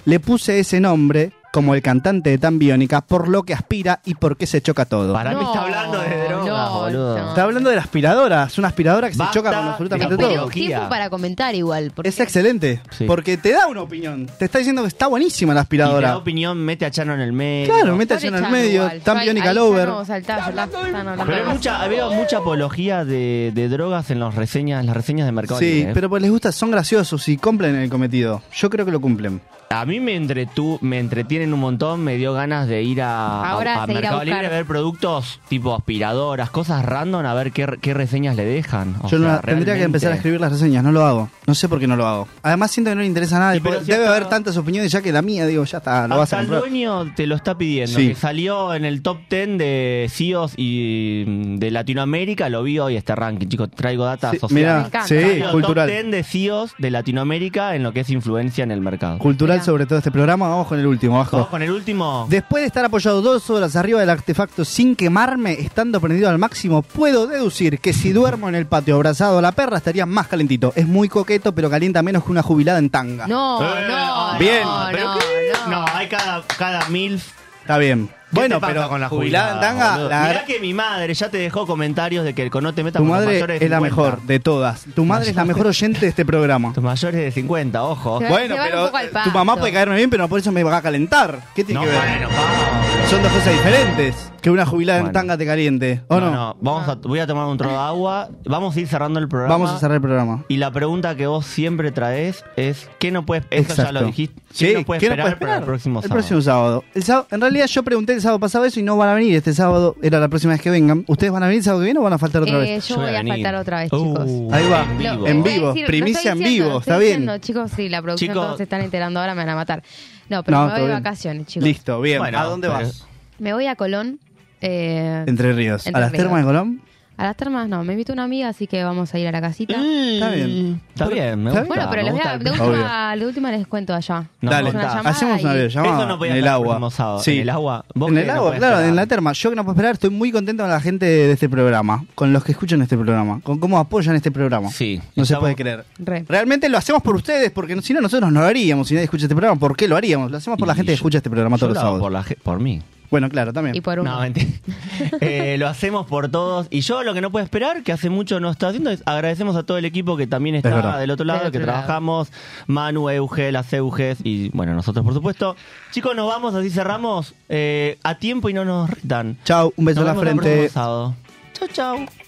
Speaker 2: Le puse ese nombre como el cantante de Tan Biónica por lo que aspira y por qué se choca todo.
Speaker 1: Para mí
Speaker 3: No,
Speaker 1: está hablando de drogas,
Speaker 3: no,
Speaker 1: boludo.
Speaker 3: no.
Speaker 2: Está hablando de la aspiradora. Es una aspiradora que
Speaker 1: Basta
Speaker 2: se choca con
Speaker 1: de
Speaker 2: absolutamente
Speaker 3: Pero
Speaker 2: todo.
Speaker 1: aspiradora.
Speaker 3: tiempo para comentar igual. porque-
Speaker 2: Es excelente,
Speaker 1: Sí.
Speaker 2: porque te da una opinión. Te está diciendo que está buenísima la
Speaker 1: Y te da
Speaker 2: aspiradora.
Speaker 1: opinión, mete a Chano en el medio.
Speaker 2: Claro, mete
Speaker 3: Pobre
Speaker 2: acción en el
Speaker 3: Chano
Speaker 2: medio,
Speaker 3: igual. Yo
Speaker 2: tan
Speaker 3: ahí-
Speaker 2: biónica
Speaker 3: ahí
Speaker 2: lover.
Speaker 3: Chano, saltá, saltá, están hablando
Speaker 1: Pero hay
Speaker 3: de-
Speaker 1: mucha, veo mucha apología de, de drogas en las reseñas, las reseñas de Mercado
Speaker 2: Sí,
Speaker 1: Libre, ¿eh?
Speaker 2: pero pues les gusta, son graciosos y cumplen el cometido. Yo creo que lo cumplen.
Speaker 1: A mí me, entretu- me entretienen un montón, me dio ganas de ir a,
Speaker 3: Ahora
Speaker 1: a- a
Speaker 3: de ir a
Speaker 1: Mercado
Speaker 3: buscar.
Speaker 1: Libre a ver productos tipo aspiradoras, cosas random, a ver qué, re- qué reseñas le dejan. O
Speaker 2: Yo no
Speaker 1: sea,
Speaker 2: la- tendría que
Speaker 1: realmente-
Speaker 2: empezar a escribir las reseñas, no lo hago. No sé por qué no lo hago. Además siento que no le interesa nada.
Speaker 1: Sí,
Speaker 2: y po-
Speaker 1: pero si
Speaker 2: debe
Speaker 1: hasta-
Speaker 2: haber tantas opiniones ya que la mía, digo, ya está, lo vas
Speaker 1: Hasta
Speaker 2: a
Speaker 1: el
Speaker 2: comprar.
Speaker 1: dueño te lo está pidiendo,
Speaker 2: Sí.
Speaker 1: que salió en el top 10 de CEOs y mm, de Latinoamérica, lo vi hoy este ranking, chicos, traigo data
Speaker 2: Sí,
Speaker 1: social.
Speaker 2: mirá,
Speaker 3: Me encanta.
Speaker 2: sí,
Speaker 1: Salió el
Speaker 2: cultural.
Speaker 1: top 10 de CEOs de Latinoamérica en lo que es influencia en el mercado.
Speaker 2: Cultural
Speaker 3: Mirá.
Speaker 2: sobre todo este programa, vamos con el último, bajo.
Speaker 1: Vamos con el último.
Speaker 2: Después de estar apoyado dos horas arriba del artefacto sin quemarme, estando prendido al máximo, puedo deducir que si duermo en el patio abrazado a la perra estaría más calentito. Es muy coqueto, pero calienta menos que una jubilada en tanga.
Speaker 3: No,
Speaker 1: Eh,
Speaker 3: no, no.
Speaker 2: bien.
Speaker 1: Ah, ¿Pero
Speaker 3: no,
Speaker 1: qué?
Speaker 3: no.
Speaker 1: No, hay cada, cada milf.
Speaker 2: Está bien.
Speaker 1: ¿Qué
Speaker 2: Bueno,
Speaker 1: te pasa
Speaker 2: pero
Speaker 1: con la
Speaker 2: jubilada, en tanga,
Speaker 1: boludo?
Speaker 2: la
Speaker 1: Mirá
Speaker 2: agra-
Speaker 1: que mi madre ya te dejó comentarios de que no te metas con
Speaker 2: tu
Speaker 1: los
Speaker 2: madre
Speaker 1: mayores de
Speaker 2: es la
Speaker 1: 50.
Speaker 2: mejor de todas. Tu madre es la mejor oyente de este programa.
Speaker 1: Tus mayores de 50, ojo.
Speaker 3: Se va-
Speaker 2: Bueno,
Speaker 3: se van un
Speaker 2: pero
Speaker 3: poco al
Speaker 2: eh, tu
Speaker 3: pasto.
Speaker 2: mamá puede caerme bien, pero no por eso me va a calentar. ¿Qué tiene
Speaker 1: No,
Speaker 2: que ver?
Speaker 1: bueno, Pablo.
Speaker 2: Son dos cosas diferentes. Que una jubilada en
Speaker 1: Bueno.
Speaker 2: tanga te caliente. ¿O no?
Speaker 1: No, no, vamos a, voy a tomar un trozo de agua. Vamos a ir cerrando el programa.
Speaker 2: Vamos a cerrar el programa.
Speaker 1: Y la pregunta que vos siempre traes es: ¿qué no puedes.? Eso ya lo dijiste. ¿Qué
Speaker 2: Sí,
Speaker 1: no puedes
Speaker 2: ¿qué
Speaker 1: esperar, para el
Speaker 2: esperar?
Speaker 1: próximo
Speaker 2: El
Speaker 1: sábado?
Speaker 2: sábado. El sábado- En realidad yo pregunté el sábado pasado eso y no van a venir este sábado. Era la próxima vez que vengan. ¿Ustedes van a venir el sábado que viene o van a faltar otra
Speaker 3: Eh,
Speaker 2: vez?
Speaker 3: Yo voy a
Speaker 1: venir.
Speaker 3: faltar otra vez,
Speaker 1: Uh,
Speaker 3: chicos.
Speaker 2: Ahí va.
Speaker 1: En vivo.
Speaker 2: En
Speaker 3: Voy a
Speaker 2: vivo,
Speaker 3: decir,
Speaker 2: primicia
Speaker 3: lo
Speaker 2: en
Speaker 3: estoy diciendo,
Speaker 2: vivo,
Speaker 3: lo
Speaker 2: está
Speaker 3: estoy
Speaker 2: bien.
Speaker 3: diciendo, chicos, sí, la producción
Speaker 1: Chicos.
Speaker 3: todos se están enterando ahora, me van a matar. No, pero
Speaker 2: No,
Speaker 3: me voy
Speaker 2: todo
Speaker 3: de
Speaker 2: bien.
Speaker 3: vacaciones, chicos.
Speaker 2: Listo, bien.
Speaker 1: Bueno,
Speaker 2: ¿A dónde
Speaker 1: pero-
Speaker 2: vas?
Speaker 3: Me voy a Colón. eh,
Speaker 2: Entre Ríos.
Speaker 3: Entre
Speaker 2: ¿A las
Speaker 3: Ríos.
Speaker 2: termas de Colón?
Speaker 3: a las termas no, me invitó una amiga, así que vamos a ir a la casita.
Speaker 1: Mm.
Speaker 2: Está bien.
Speaker 1: Está bien, me gusta.
Speaker 2: Está bien.
Speaker 3: Bueno, pero
Speaker 1: me
Speaker 3: les voy
Speaker 1: gusta
Speaker 3: a,
Speaker 1: el-
Speaker 3: de,
Speaker 2: Obvio.
Speaker 3: última, de última les cuento allá.
Speaker 1: No,
Speaker 2: Dale,
Speaker 3: Hacemos una llamada
Speaker 2: hacemos una
Speaker 3: y-
Speaker 2: videollamada
Speaker 1: Eso no podía
Speaker 2: en el
Speaker 1: estar el
Speaker 2: agua.
Speaker 1: próximo sábado.
Speaker 2: Sí.
Speaker 1: ¿En el agua? ¿Vos
Speaker 2: En
Speaker 1: qué
Speaker 2: el
Speaker 1: no
Speaker 2: agua,
Speaker 1: podés
Speaker 2: claro,
Speaker 1: esperar?
Speaker 2: en la terma. Yo que no puedo esperar, estoy muy contento con la gente de este programa, con los que escuchan este programa, con cómo apoyan este programa.
Speaker 1: Sí.
Speaker 2: No se
Speaker 1: Estamos-
Speaker 2: puede creer.
Speaker 3: Re.
Speaker 2: Realmente lo hacemos por ustedes, porque no- si no nosotros no lo haríamos. Si nadie escucha este programa, ¿por qué lo haríamos? Lo hacemos por la gente
Speaker 1: Y
Speaker 2: que
Speaker 1: yo-
Speaker 2: escucha este programa
Speaker 1: yo
Speaker 2: todos los
Speaker 1: lo hago
Speaker 2: sábados.
Speaker 1: Por, la ge- por mí.
Speaker 2: Bueno, claro, también.
Speaker 3: Y por uno.
Speaker 1: No, mentira. Eh, lo hacemos por todos. Y yo lo que no puedo esperar, que hace mucho no está haciendo, es agradecemos a todo el equipo que también
Speaker 2: Es
Speaker 1: está
Speaker 2: verdad.
Speaker 1: del otro lado,
Speaker 3: Del
Speaker 1: que
Speaker 3: otro lado.
Speaker 1: trabajamos. Manu, Euge, las Euges y bueno, nosotros por supuesto. Chicos, nos vamos, así cerramos eh, a tiempo y no nos dan.
Speaker 2: Chau, un beso
Speaker 1: Nos
Speaker 2: en la
Speaker 1: vemos el
Speaker 2: frente.
Speaker 1: próximo sábado. Chau, chau.